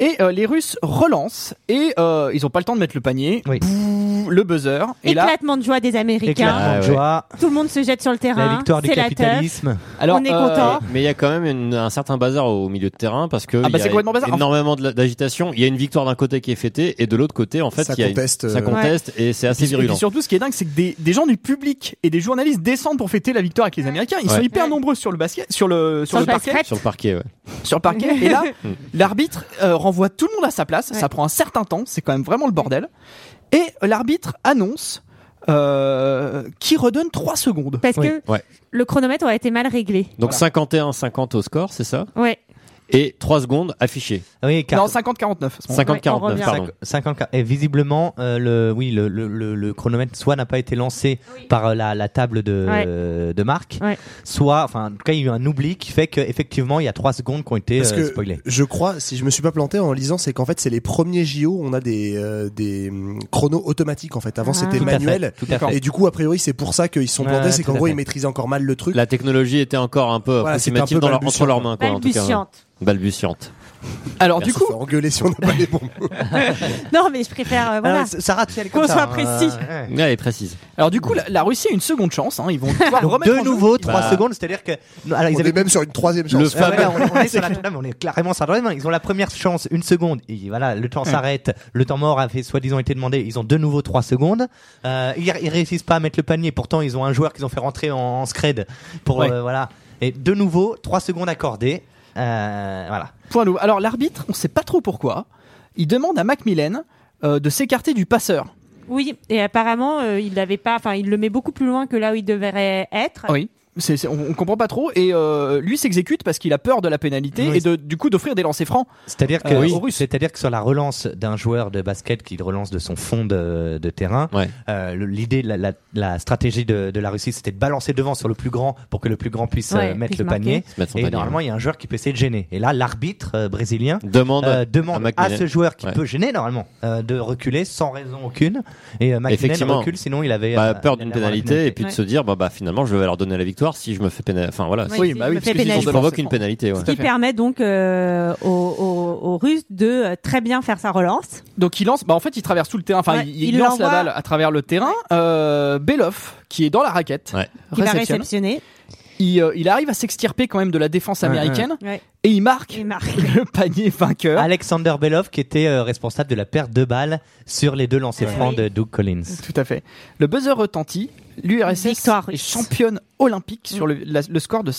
Et euh, les Russes relancent et euh, ils n'ont pas le temps de mettre le panier,
Oui.
Bouh, le buzzer. Et là,
Éclatement de joie des Américains.
Éclatement
Ah
de
ouais.
joie,
Tout le monde se jette sur le terrain.
la victoire du
c'est la teuf.
capitalisme.
alors,
on est
euh,
content.
Mais il y a quand même une- un certain bazar au milieu de terrain parce que
Ah bah,
il y
c'est
a
complètement bazar.
énormément de la- d'agitation. Il y a une victoire d'un côté qui est fêtée et de l'autre côté, en fait,
Ça
il y a une-
conteste, euh,
ça conteste et c'est assez
et puis
virulent.
surtout, ce qui est dingue, c'est que des, des gens du public et des journalistes descendent pour fêter la victoire avec les Américains. Ils sont
Ouais.
hyper
Ouais.
nombreux sur le basket, sur le sur,
Sur
le
le
parquet,
basket.
Sur le parquet, ouais.
sur le parquet. Et là, l'arbitre euh, renvoie tout le monde à sa place.
Ouais.
Ça prend un certain temps. C'est quand même vraiment le bordel. Et euh, l'arbitre annonce euh, qui redonne 3 secondes.
Parce
Oui.
que
Ouais.
le chronomètre aurait été mal réglé.
Donc
Voilà.
51-50 au score, c'est ça
Ouais.
Et 3 secondes affichées.
Oui, car-
Non, 50-49. à ce moment-là.
50-49,
revient.
pardon.
54. Et visiblement, euh, le, oui, le, le, le, le chronomètre soit n'a pas été lancé par euh, la, la table de,
Ouais.
euh, de marque,
Ouais.
soit, enfin, en tout cas, il y a eu un oubli qui fait qu'effectivement, il y a 3 secondes qui ont été
Parce
euh,
que
spoilées.
je crois, si je me suis pas planté en lisant, c'est qu'en fait c'est les premiers JO, on a des euh, des hum, chronos automatiques en fait. Avant
Ah.
c'était
Tout à fait,
manuel.
Tout à fait.
Et du coup, a priori, c'est pour ça qu'ils se sont
Ouais,
plantés, c'est
tout
qu'en
à
gros,
fait.
ils maîtrisaient encore mal le truc.
La technologie était encore un peu
Voilà, c'était un
approximative
peu
dans leur-
balbutiant,
entre leurs mains,
Ah, bah,
quoi, en tout cas.
Balbutiante.
Balbutiante.
Alors
Merci
du coup,
de faire engueuler si on n'a pas les bons mots.
Non, mais je préfère. euh, voilà.
Alors, Sarah, tu sais, elle est
Qu'on
comme ça,
soit
hein,
précis.
ouais.
Mais elle est précise.
Alors du coup, la, la Russie a une seconde chance. hein. Ils vont pouvoir
Donc,
remettre
de
en jeu.
nouveau, 3
Bah.
secondes, c'est-à-dire que. non, alors, ils
On
avaient
est même sur une troisième chance.
Le
Ah Ouais, ouais, on, on est sur la- non, mais on est clairement sur la troisième. Ils ont la première chance, une seconde. Et voilà, le temps s'arrête. Le temps mort avait soi-disant été demandé. Ils ont de nouveau trois secondes. Euh, ils, ils réussissent pas à mettre le panier. Pourtant, ils ont un joueur qu'ils ont fait rentrer en, en scred pour
Ouais.
euh, voilà. Et de nouveau, trois secondes accordées. Euh, voilà.
Point nouveau. Alors l'arbitre, on sait pas trop pourquoi, il demande à Macmillan euh, de s'écarter du passeur.
Oui, et apparemment, euh, il l'avait pas. Enfin, il le met beaucoup plus loin que là où il devrait être.
Oui. C'est- c'est- on, on comprend pas trop et euh, lui s'exécute parce qu'il a peur de la pénalité
Oui.
et de- du coup d'offrir des lancers francs.
C'est-à-dire que,
Euh, oui. aux Russes.
c'est-à-dire que sur la relance d'un joueur de basket qui relance de son fond de, de terrain,
Ouais.
euh, le- l'idée, la, la- la stratégie de, de la Russie, c'était de balancer devant sur le plus grand pour que le plus grand puisse euh,
Ouais,
mettre
puisse
le
marquer.
panier.
Se mettre son
Et
panier.
normalement, il y a un joueur qui peut essayer de gêner. Et là, l'arbitre euh, brésilien
Demande.
euh, demande à,
McMillan.
ce joueur qui
Ouais.
peut gêner normalement euh, de reculer sans raison aucune. Et euh, McMillan
Effectivement.
recule, sinon il avait
bah,
euh,
peur
il
d'une
allait avoir la
pénalité et puis de
Ouais.
se dire bah, bah finalement je vais leur donner la victoire si je me fais pénaliser enfin voilà
Oui,
si
si, il me
parce qu'ils ont
fait pénaliser.
des
je
lancers
provoque une
francs.
pénalité ouais.
Tout à
Qui
fait.
permet donc euh, aux, aux- aux Russes de euh, très bien faire sa relance.
Donc il lance, bah en fait il traverse tout le terrain, enfin
Ouais,
il,
il
il lance la
l'envoie.
balle à travers le terrain. Euh, Belov, qui est dans la raquette,
Ouais.
Il va
réceptionne.
réceptionner.
Il, euh, il arrive à s'extirper quand même de la défense
Ouais,
américaine
ouais. Ouais.
Et il marque
Et Marc.
le panier vainqueur.
Alexander Belov qui était euh, responsable de la perte de balles sur les deux lancers
Ouais.
francs
Oui.
de Doug Collins.
Tout à fait. Le buzzer retentit. L'URSS
Victoire
est
russe. Mm.
championne olympique sur le, la- le score de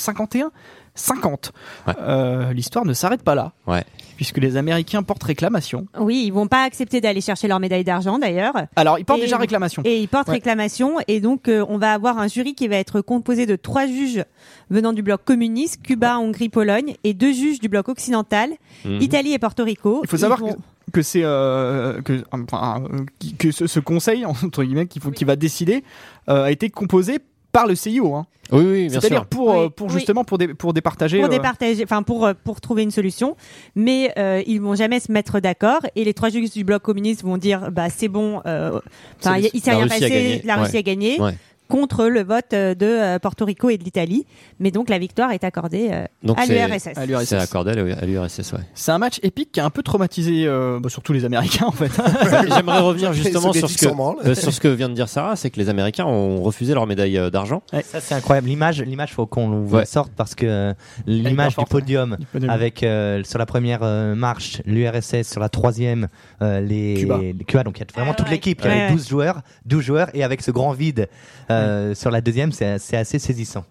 51-50.
Ouais.
Euh, L'histoire ne s'arrête pas là,
Ouais.
puisque les Américains portent réclamation.
Oui, ils vont pas accepter d'aller chercher leur médaille d'argent d'ailleurs.
Alors, ils portent
Et-
déjà réclamation.
Et ils portent
Ouais.
réclamation. Et donc, euh, on va avoir un jury qui va être composé de trois juges venant du bloc communiste, Cuba, Hongrie, Pologne, et deux juges du bloc occidental,
Mhm.
Italie et Porto Rico.
Il faut
Ils
savoir
vont-
que c'est euh, que enfin, euh, qui- que ce, ce conseil entre guillemets qui, faut- qui va décider euh, a été composé par le CIO. hein.
Oui, oui, bien
C'est-à-dire
sûr.
pour euh,
Oui,
pour
oui.
justement pour dé- pour départager.
pour
euh,
départager, enfin pour euh, pour trouver une solution, mais euh, ils vont jamais se mettre d'accord et les trois juges du bloc communiste vont dire bah c'est bon, euh, enfin
C'est-
il y a- il s'est
la
rien
Russie a
passé,
gagné.
la
Ouais.
Russie a gagné
Ouais.
contre le vote euh, de euh, Porto Rico et de l'Italie, mais donc la victoire est accordée euh,
Donc
à
c'est-
l'URSS.
à l'URSS.
C'est accordé à l'URSS, ouais.
C'est un match épique qui a un peu traumatisé euh, bah, surtout les Américains en fait. hein.
J'aimerais revenir justement
Les
sur ce,
Soviétiques
que,
s'en branlent.
euh, sur ce que vient de dire Sarah, c'est que les Américains ont refusé leur médaille euh, d'argent.
Ça c'est incroyable. L'image, l'image faut qu'on la
Ouais.
sorte parce que euh, l'image du
forte,
podium avec euh, sur la première euh, marche l'URSS, sur la troisième euh, les
Cuba.
les Cuba. Donc il y a vraiment
Ah
toute
ouais.
l'équipe. Il y
Ouais,
avait
ouais.
12 joueurs, 12 joueurs et avec ce grand vide euh, sur la deuxième, c'est c'est assez saisissant.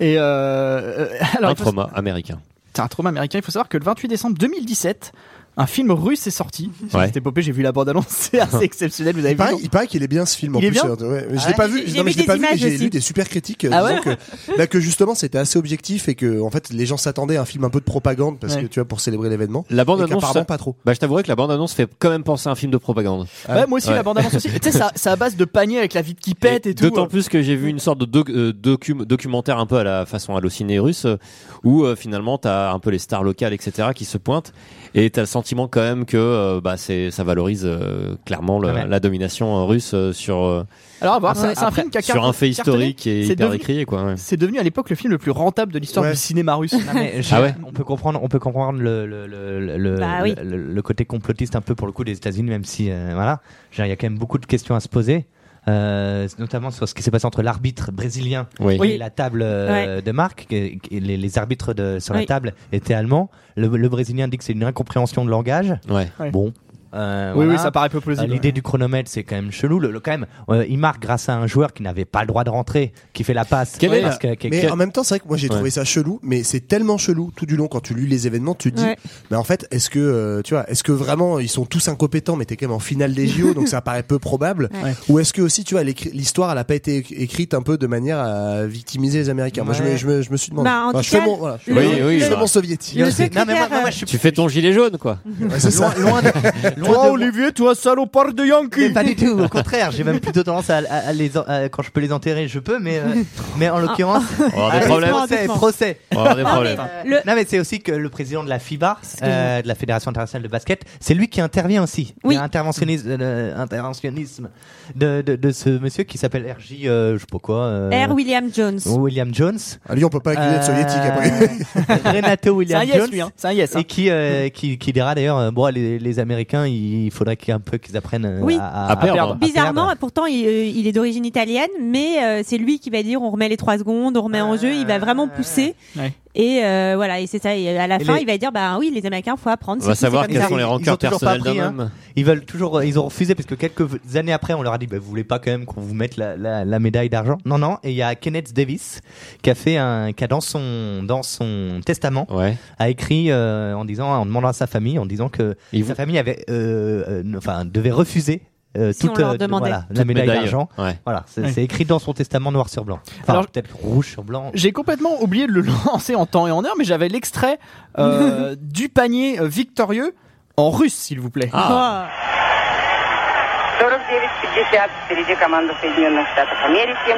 Et euh, euh, alors,
un
il faut-
trauma américain.
c'est un trauma américain. Il faut savoir que le 28 décembre 2017, un film russe est sorti. Sur
Ouais.
Cette épopée, j'ai vu la bande-annonce, c'est assez exceptionnel. Vous avez
Il paraît,
vu
il paraît qu'il est bien ce film en
Il est
plus.
bien
euh, ouais, mais je
Ah
l'ai
ouais
pas vu,
J'ai- j'ai
non, mais
vu
je l'ai
des
pas vu, mais
images
j'ai
aussi.
lu des super critiques euh,
Ah
disant que, bah, que justement c'était assez objectif et que en fait les gens s'attendaient à un film un peu de propagande parce
Ouais.
que tu vois pour célébrer l'événement.
La
Et
bande-annonce,
qu'apparemment pas trop.
bah, je t'avouerai que la bande-annonce fait quand même penser à un film de propagande.
Ouais, moi aussi,
Ouais.
la bande-annonce aussi. tu sais, ça- c'est à base de panier avec la vitre qui pète et, tout. hein. euh.
D'autant plus que j'ai vu une sorte de doc- euh, docum- documentaire un peu à la façon hallucinée russe, euh, où euh, finalement t'as un peu les stars locales, etc., qui se pointent, et t'as le sentiment quand même que euh, bah, c'est, ça valorise euh, clairement le-
Ah ouais.
la domination euh, russe euh, sur, euh,
Alors, à voir, c'est c'est un
après,
film qui a
sur
carton-
un fait
cartonné.
historique et
C'est
hyper
devenu-
décrié, Quoi, ouais.
C'est devenu à l'époque le film le plus rentable de l'histoire
Ouais.
du cinéma russe.
Non, mais je-
Ah ouais
On peut comprendre, on peut comprendre le, le, le, le,
Bah oui.
le- le- le côté complotiste un peu pour le coup des États-Unis, même si euh, voilà, Je veux dire, il y a quand même beaucoup de questions à se poser, euh, notamment sur ce qui s'est passé entre l'arbitre brésilien
Oui.
et la table euh, de marque. que- que Les, les arbitres de, sur la
Oui.
table étaient allemands. Le, le brésilien dit que c'est une incompréhension de langage.
Ouais.
Ouais.
Bon. euh,
Oui,
voilà.
oui, ça paraît peu
Euh,
Ah,
plausible.
L'idée du chronomètre, c'est quand même chelou. Le, le- quand même, euh, il marque grâce à un joueur qui n'avait pas le droit de rentrer, qui fait la passe.
Quelle est
Parce que- que-
Mais
que-
en même temps, c'est vrai que moi j'ai trouvé
Ouais.
ça chelou, mais c'est tellement chelou tout du long quand tu lis les événements, tu te dis,
Ouais.
mais Bah, en fait, est-ce que euh, tu vois, est-ce que vraiment ils sont tous incompétents, mais t'es quand même en finale des JO, donc ça paraît peu probable,
Ouais.
ou est-ce que aussi tu vois l'écri- l'histoire elle a pas été éc- écrite un peu de manière à victimiser les Américains Moi je me,
Ouais.
je me, je me suis demandé.
Bah, en
Enfin,
tout
je fais
cas,
mon, voilà, je
le-
fais
Oui,
mon-
oui,
je fais
bah.
mon soviétique.
Le
Ouais,
secrétaire,
Non, mais moi- moi- moi, je suis-
Tu fais ton gilet jaune, quoi.
c'est ça.
loin de- loin de-
Olivier, toi, salopard de
Mais
Yankee
pas du tout, au contraire, j'ai même plutôt tendance à, à- à les en- à- quand je peux les enterrer, je peux, mais euh, mais en l'occurrence,
On va avoir
allez,
des problèmes.
doucement,
procès,
doucement.
procès.
On va avoir des
Non, mais,
problèmes.
euh, le-
Non Ah, mais c'est aussi que le président de la FIBA,
que
euh, de la Fédération internationale de basket, c'est lui qui intervient aussi.
Oui.
Il y a interventionnisme, euh, interventionnisme de, de, de ce monsieur qui s'appelle RJ, euh, je sais pas quoi. euh,
R. William Jones.
Oh,
William Jones.
À Lyon, Ah, on peut pas accueillir
Euh,
de soviétique après.
après. Renato
C'est
William
un yes,
Jones.
lui, hein. C'est un yes. hein.
Et qui, euh, qui, qui dira d'ailleurs, euh, bon, les, les Américains, il faudrait qu'il y ait un peu qu'ils apprennent euh,
Oui.
à,
À perdre.
perdre.
Bizarrement,
À perdre.
pourtant il, euh, il est d'origine italienne, mais euh, c'est lui qui va dire on remet les trois secondes, on remet en jeu, il va vraiment pousser.
Ouais.
Et euh, voilà, et c'est ça. Et à la
Et
fin,
les-
il va dire bah oui, les Américains, faut apprendre.
On va
c'est tout,
savoir
c'est comme ça.
quelles sont
Ils-
les
ils ont
rancœurs
toujours pas
personnelles
pris,
d'un
hein.
homme.
Ils veulent toujours, ils ont refusé parce que quelques années après, on leur a dit, bah, vous voulez pas quand même qu'on vous mette la, la, la médaille d'argent Non, non. Et il y a Kenneth Davis qui a fait un, qui a dans son, dans son testament
Ouais.
a écrit euh, en disant, en demandant à sa famille, en disant que
Ils
sa
vont-
famille avait, euh, euh, ne- enfin, devait refuser euh,
Si on
toute,
leur
euh, de-
demandait.
voilà, la médaille
Médaille.
d'argent.
Ouais.
Voilà, c'est
Ouais.
c'est écrit dans son testament noir sur blanc. Enfin,
Alors-
peut-être rouge sur blanc.
J'ai complètement oublié de le lancer en temps et en heure, mais j'avais l'extrait euh, du panier euh, victorieux en russe, s'il vous plaît.
Ah.
Oh.
49-50 впереди команда Соединенных Штатов Америки.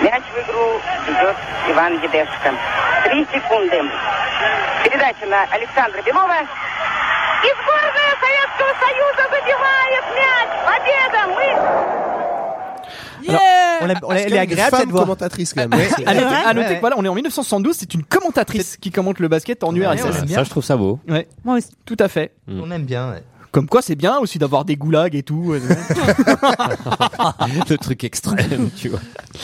Мяч в игру ждет Иван Дедешко. Три секунды. Передача на Александра Белова. И сборная Советского Союза забивает мяч. Победа! Мы
Yeah
On l'a- on l'a-
Parce
elle
qu'il y
est
a une
agréable cette
femme
voix.
commentatrice quand même.
À noter, à
Ouais,
noter
ouais.
que voilà, on est en 1972, c'est une commentatrice qui commente le basket en
Ouais,
Ouais,
URSS.
on
ça,
aime bien.
ça, je trouve ça beau.
Ouais,
Moi aussi.
tout à fait.
On aime bien. ouais.
Comme quoi, c'est bien aussi d'avoir des goulags et tout. euh,
le truc extrême, tu vois.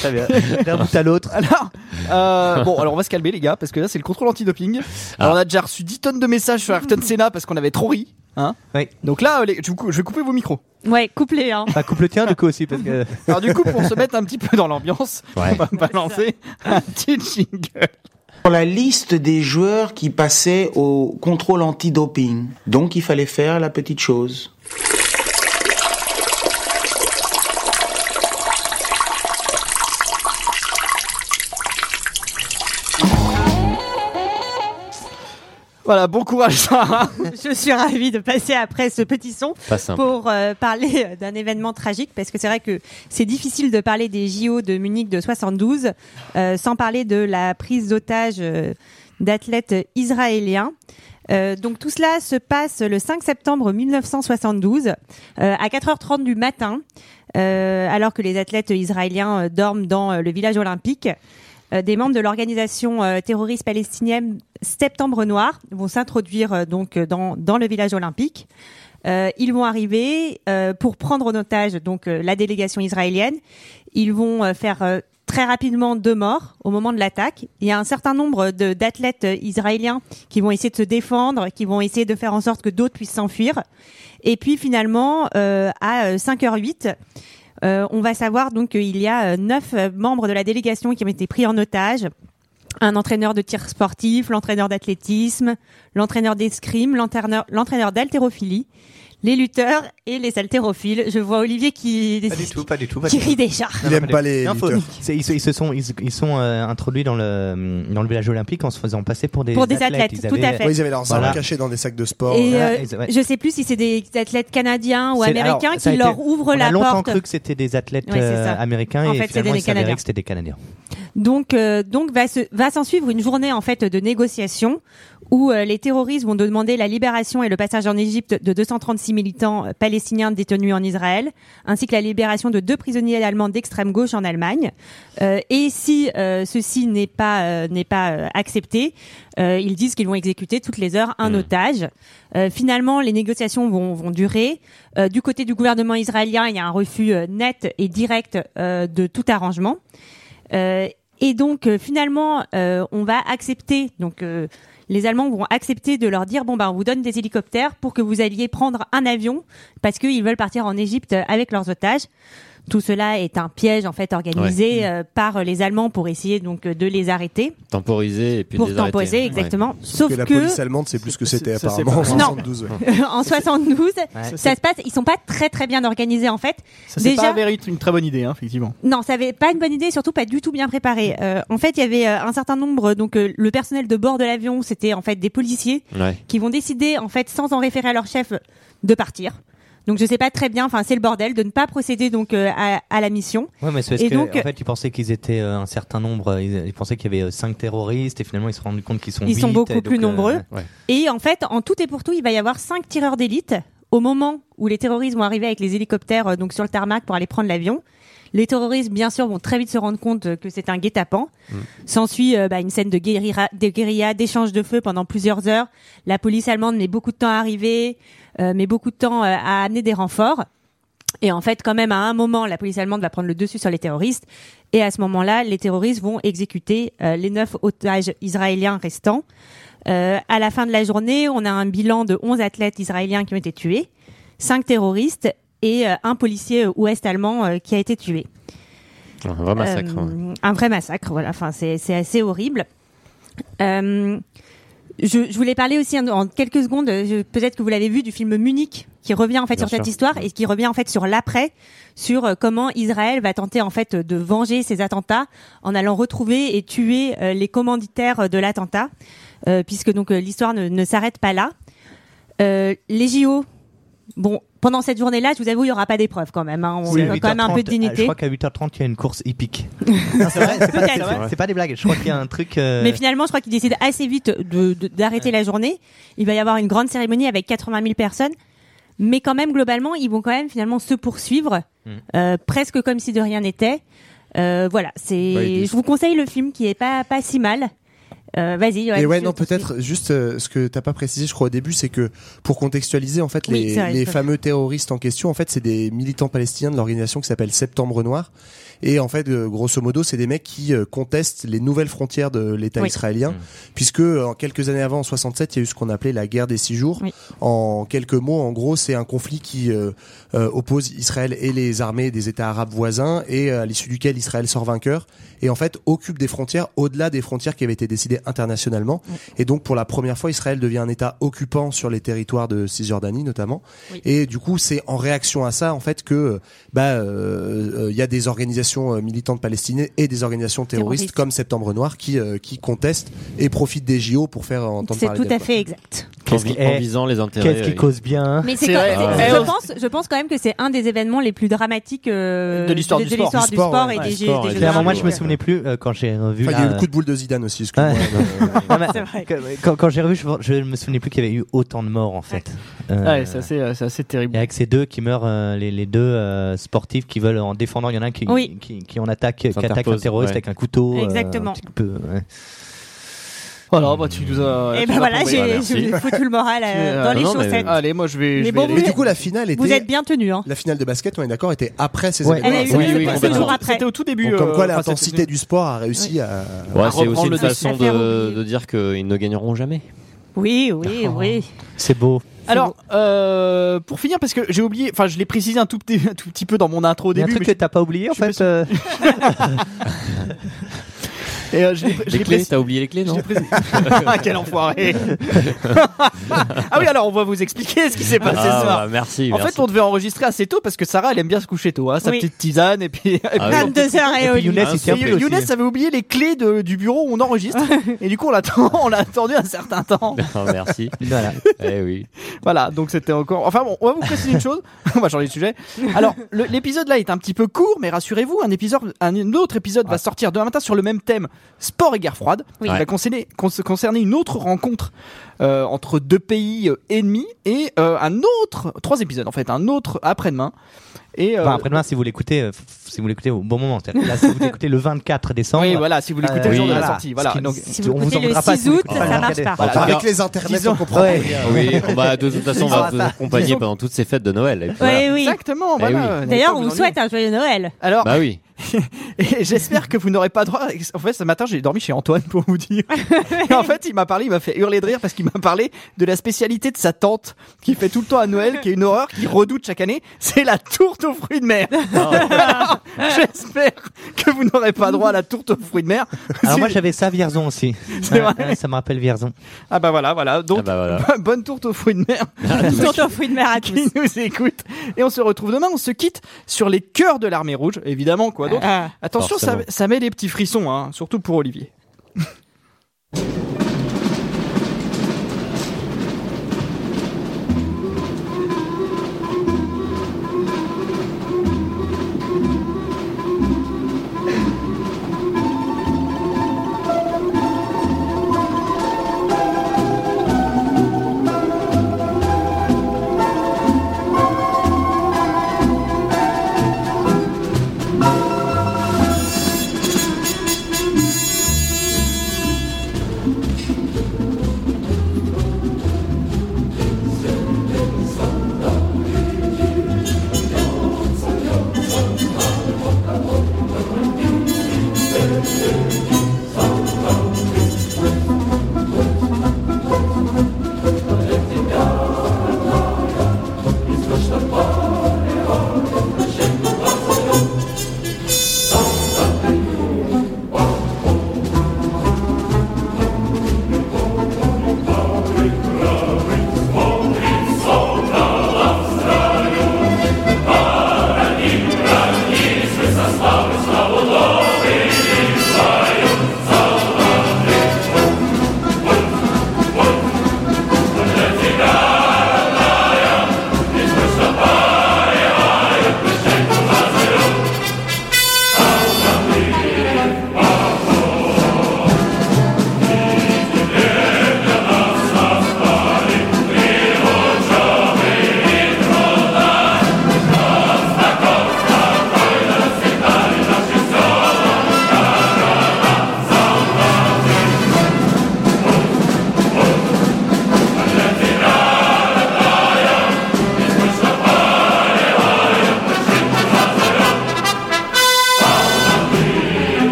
Très bien. D'un bout à l'autre.
Alors, euh, bon, alors on va se calmer, les gars, parce que là, c'est le contrôle antidoping. Alors, on a déjà reçu 10 tonnes de messages sur Ayrton Senna parce qu'on avait trop ri. Hein
Oui.
Donc là, les- je, vous cou- je vais couper vos micros.
Ouais, couplé, hein.
Bah, coupe le tien, du coup, aussi, parce que.
Alors, du coup, pour se mettre un petit peu dans l'ambiance,
Ouais.
on va balancer un petit jingle.
Sur la liste des joueurs qui passaient au contrôle anti-doping. Donc il fallait faire la petite chose.
Voilà, bon courage, Sarah.
Je suis ravie de passer après ce petit son
Pas simple.
pour euh, parler euh, d'un événement tragique parce que c'est vrai que c'est difficile de parler des JO de Munich de 72 euh, sans parler de la prise d'otage euh, d'athlètes israéliens. Euh, donc tout cela se passe le 5 septembre 1972 euh, à 4h30 du matin euh, alors que les athlètes israéliens euh, dorment dans euh, le village olympique. Euh, des membres de l'organisation euh, terroriste palestinienne Septembre Noir vont s'introduire euh, donc euh, dans, dans le village olympique. Euh, ils vont arriver euh, pour prendre en otage donc euh, la délégation israélienne. Ils vont euh, faire euh, très rapidement deux morts au moment de l'attaque. Il y a un certain nombre de- d'athlètes euh, israéliens qui vont essayer de se défendre, qui vont essayer de faire en sorte que d'autres puissent s'enfuir. Et puis finalement, euh, à 5h08, euh, on va savoir donc qu'il y a euh, neuf euh, membres de la délégation qui ont été pris en otage. Un entraîneur de tir sportif, l'entraîneur d'athlétisme, l'entraîneur d'escrime, l'entraîneur l'entraîneur d'haltérophilie, les lutteurs et les haltérophiles. Je vois Olivier qui,
pas du tout.
qui rit déjà.
Il aime pas les
Non, faut-
lutteurs.
c'est- ils, se- ils se sont, ils, se- ils sont euh, introduits dans le, dans le village olympique en se faisant passer pour des
Pour des
athlètes.
athlètes,
Ils
tout
avaient-
à fait.
Ouais, ils avaient leurs armes
Voilà.
cachées dans des sacs de sport.
Et
Ah,
euh,
ils- ouais.
je sais plus si c'est des athlètes canadiens ou
C'est- alors,
américains
ça a
qui
été-
leur ouvrent
On a
la
longtemps
porte.
cru que c'était des athlètes
Ouais, c'est
euh,
ça.
américains
En
et
fait, c'est
finalement
des
il s'avérait
Canadiens.
que c'était des Canadiens.
Donc, euh, donc va, se- va s'en suivre une journée en fait de négociations où euh, les terroristes vont demander la libération et le passage en Égypte de 236 militants euh, palestiniens détenus en Israël, ainsi que la libération de deux prisonniers allemands d'extrême gauche en Allemagne. Euh, et si euh, ceci n'est pas euh, n'est pas euh, accepté, euh, ils disent qu'ils vont exécuter toutes les heures un otage. Euh, finalement, les négociations vont, vont durer. Euh, du côté du gouvernement israélien, il y a un refus euh, net et direct euh, de tout arrangement. Euh, et donc euh, finalement, euh, on va accepter. Donc euh, les Allemands vont accepter de leur dire bon ben on vous donne des hélicoptères pour que vous alliez prendre un avion parce qu'ils veulent partir en Égypte euh, avec leurs otages. Tout cela est un piège en fait organisé euh, par les Allemands pour essayer donc euh, de les arrêter,
Temporiser et puis
pour
les arrêter.
temposer
Ouais.
exactement.
Que
Sauf
la
que
police allemande, c'est plus ce que
c'est-
c'était
ça, c'est
apparemment en
Non.
72. ouais.
en 72, ça se passe. Ils sont pas très très bien organisés en fait.
Ça, c'est
Déjà-
pas avéré être une très bonne idée, hein, effectivement.
Non, ça avait pas une bonne idée, et surtout pas du tout bien préparé. Euh, en fait, il y avait euh, un certain nombre, donc euh, le personnel de bord de l'avion, c'était en fait des policiers
Ouais.
qui vont décider, en fait, sans en référer à leur chef, de partir. Donc je sais pas très bien, enfin c'est le bordel de ne pas procéder donc euh, à, à la mission.
Ouais, mais c'est parce
Et
que,
donc-
en fait, ils pensaient qu'ils étaient euh, un certain nombre. euh, Ils, ils pensaient qu'il y avait euh, cinq terroristes et finalement ils se sont rendus compte qu'ils sont.
Ils sont
huit,
beaucoup
et donc,
plus
euh,
nombreux.
ouais.
Et en fait, en tout et pour tout, il va y avoir cinq tireurs d'élite au moment où les terroristes vont arriver avec les hélicoptères euh, donc sur le tarmac pour aller prendre l'avion. Les terroristes, bien sûr, vont très vite se rendre compte euh, que c'est un guet-apens.
Mm.
S'ensuit euh, bah, une scène de guérilla, de guérilla, d'échange de feu pendant plusieurs heures. La police allemande met beaucoup de temps à arriver, euh, met beaucoup de temps euh, à amener des renforts. Et en fait, quand même, à un moment, la police allemande va prendre le dessus sur les terroristes. Et à ce moment-là, les terroristes vont exécuter euh, les neuf otages israéliens restants. Euh, à la fin de la journée, on a un bilan de 11 athlètes israéliens qui ont été tués, 5 terroristes et euh, un policier euh, ouest-allemand euh, qui a été tué.
Un vrai massacre. ouais.
Euh, Un vrai massacre, voilà. Enfin, c'est c'est assez horrible. Euh, je, je voulais parler aussi en, en quelques secondes, euh, je- peut-être que vous l'avez vu, du film Munich qui revient en fait
Bien
sur cette
sûr.
histoire et qui revient en fait sur l'après, sur euh, comment Israël va tenter en fait de venger ses attentats en allant retrouver et tuer euh, les commanditaires de l'attentat, euh, puisque donc euh, l'histoire ne, ne s'arrête pas là. Euh, les JO, bon, pendant cette journée-là, je vous avoue, il y aura pas d'épreuve quand même. hein. on
Oui,
a quand même un peu de
8h30, euh, Je
dignité.
crois qu'à 8h30 il y a une course hippique. c'est vrai, c'est pas,
Peut-être.
c'est vrai, c'est pas des blagues. Je crois qu'il y a un truc. euh,
Mais finalement, je crois qu'ils décident assez vite de- de- d'arrêter la journée. Il va y avoir une grande cérémonie avec 80 000 personnes. Mais quand même, globalement, ils vont quand même finalement se poursuivre, euh, presque comme si de rien n'était. Euh, voilà, c'est.
Bah, Ouais, ils disent-
je vous conseille le film qui est pas pas si mal. Euh, Vas-y.
Et ouais,
je-
non, peut-être juste euh, ce que t'as pas précisé, je crois au début, c'est que pour contextualiser, en fait,
Oui,
les,
c'est vrai,
les
tout à
fameux terroristes en question, en fait, c'est des militants palestiniens de l'organisation qui s'appelle Septembre Noir. Et en fait, euh, grosso modo, c'est des mecs qui euh, contestent les nouvelles frontières de l'État
Oui.
israélien, puisque euh, en quelques années avant, en 67, il y a eu ce qu'on appelait la guerre des six jours.
Oui.
En quelques mots, en gros, c'est un conflit qui euh, euh, oppose Israël et les armées des États arabes voisins, et euh, à l'issue duquel Israël sort vainqueur, et en fait occupe des frontières au-delà des frontières qui avaient été décidées internationalement. Et donc, pour la première fois, Israël devient un État occupant sur les territoires de Cisjordanie, notamment.
Oui.
Et du coup, c'est en réaction à ça, en fait, que euh, bah, euh, euh, il y a des organisations euh, militantes palestiniennes et des organisations terroristes
Terroristes.
comme Septembre Noir qui, euh, qui contestent et profitent des JO pour faire entendre
C'est
parler
tout
d'elles,
à
quoi.
fait exact.
en,
Qu'est-ce qui-
vi- en
eh,
visant les intérêts.
Qu'est-ce qui
euh,
cause bien
Mais c'est
C'est
quand-
vrai.
Ah,
c'est-
Ouais.
je
Ouais.
pense, je pense quand même que c'est un des événements les plus dramatiques euh,
De l'histoire du sport.
Du sport,
et
ouais.
des
Ouais,
Jeux-
sport,
des
ouais.
Jeux
Clairement, moi, je me
Olympiques.
souvenais plus euh, quand j'ai revu.
Enfin, il y a
là,
eu le
euh,
coup de boule de Zidane aussi, excuse-moi.
Ouais.
mais, euh,
non, mais-
C'est vrai.
que- quand, quand j'ai revu, je, je me souvenais plus qu'il y avait eu autant de morts en fait.
Ah
Euh,
Ouais, c'est assez, euh, c'est assez terrible.
Et avec ces deux qui meurent, euh, les, les deux euh, sportifs qui veulent en défendant, il y en a un qui,
Oui.
qui, qui en attaque, qui attaque un
S'interpose,
terroriste
ouais.
avec un couteau. euh,
Exactement.
un petit peu, ouais.
Voilà, bah, tu nous as.
Et
tu
ben
nous as
voilà,
tombé.
j'ai
merci.
je vous ai foutu le moral euh,
Tu-
dans
Ah
les
non, mais-
chaussettes.
Allez, moi je vais.
Mais
je vais
bon,
aller.
Et du coup, la finale était.
Vous êtes bien tenus, hein.
La finale de basket, on est d'accord, était après ces
Ouais.
événements.
Elle a eu lieu
oui,
quelques
c'était
jours
au-
après.
C'était au tout début.
Donc, comme
euh,
quoi,
enfin,
l'intensité
c'était-
du sport a réussi à.
Ouais,
à
c'est aussi
reprendre
une
le
façon
dessus. À faire
de,
oublier.
de dire qu'ils ne gagneront jamais.
Oui, oui,
Oh.
oui.
C'est beau.
Alors, euh, pour finir, parce que j'ai oublié, enfin, je l'ai précisé un tout petit, un tout petit peu dans mon intro au
Il y a un
début.
truc que t'as pas oublié en
je suis
fait. euh,
mais- et, euh, je l'ai- je
Les
l'ai
clés,
précisé.
t'as oublié les clés, non
Ah, Quel enfoiré Ah oui, alors on va vous expliquer ce qui s'est passé
Ah,
ce soir.
bah, merci.
en
merci.
fait, on devait enregistrer assez tôt parce que Sarah, elle aime bien se coucher tôt, hein, sa
Oui.
petite tisane et puis.
Ah
et puis-
oui.
22 heures et
et
au
puis
lit.
Younes,
Ah,
il
c'est
tient
bien.
plus aussi.
Younes avait oublié les clés de- du bureau où on enregistre et du coup on l'a on l'a attendu un certain temps.
Ah, merci.
Voilà.
Eh oui.
Voilà, donc c'était encore. Enfin bon, on va vous préciser une chose. on va changer de sujet. Alors, le- l'épisode là est un petit peu court, mais rassurez-vous, un épisode, un autre épisode va sortir demain matin sur le même thème, sport et guerre froide.
Oui.
Il va concerner, con- concerner une autre rencontre euh, entre deux pays euh, ennemis et euh, un autre, trois épisodes en fait, un autre après-demain. Et euh,
Bah,
Enfin, après-demain, si vous l'écoutez, euh, f- si vous l'écoutez au bon moment. c'est-à-dire que Là, si vous l'écoutez le 24 décembre. euh,
oui, voilà, si vous l'écoutez
Euh,
le
oui,
jour de la
voilà.
sortie, voilà.
Ce qui-
Donc,
Si vous
on vous en
écoutez le
voudra pas
6
si vous
août,
l'écoutez pas.
ça marche pas.
En tout cas,
Avec les internets,
disons-
on comprend.
Ouais.
rien.
oui, on va, de toute façon, on va
Ah,
vous
ça.
accompagner pendant toutes ces fêtes de Noël. Et puis voilà.
Oui, oui.
Exactement,
Eh
voilà.
D'ailleurs,
N'allez pas
on vous
ennuyer.
souhaite un joyeux Noël.
Alors,
Bah oui.
Et j'espère que vous n'aurez pas droit. En fait, ce matin, j'ai dormi chez Antoine pour vous dire. Et en fait, il m'a parlé, il m'a fait hurler de rire parce qu'il m'a parlé de la spécialité de sa tante qui fait tout le temps à Noël, qui est une horreur, qu'il redoute chaque année. C'est la tourte aux fruits de mer. j'espère que vous n'aurez pas droit à la tourte aux fruits de mer.
Alors moi, j'avais ça à Vierzon aussi.
C'est
Ouais,
vrai.
ouais, ça me rappelle Vierzon.
Ah bah voilà, voilà. Donc,
Ah bah voilà.
bo- bonne tourte aux fruits de mer
Tourte aux fruits de mer à tous.
qui nous écoute. Et on se retrouve demain. On se quitte sur les cœurs de l'armée rouge, évidemment. Quoi d'autre
Ah.
Attention, ça,
Forcément.
ça met des petits frissons, hein, surtout pour Olivier.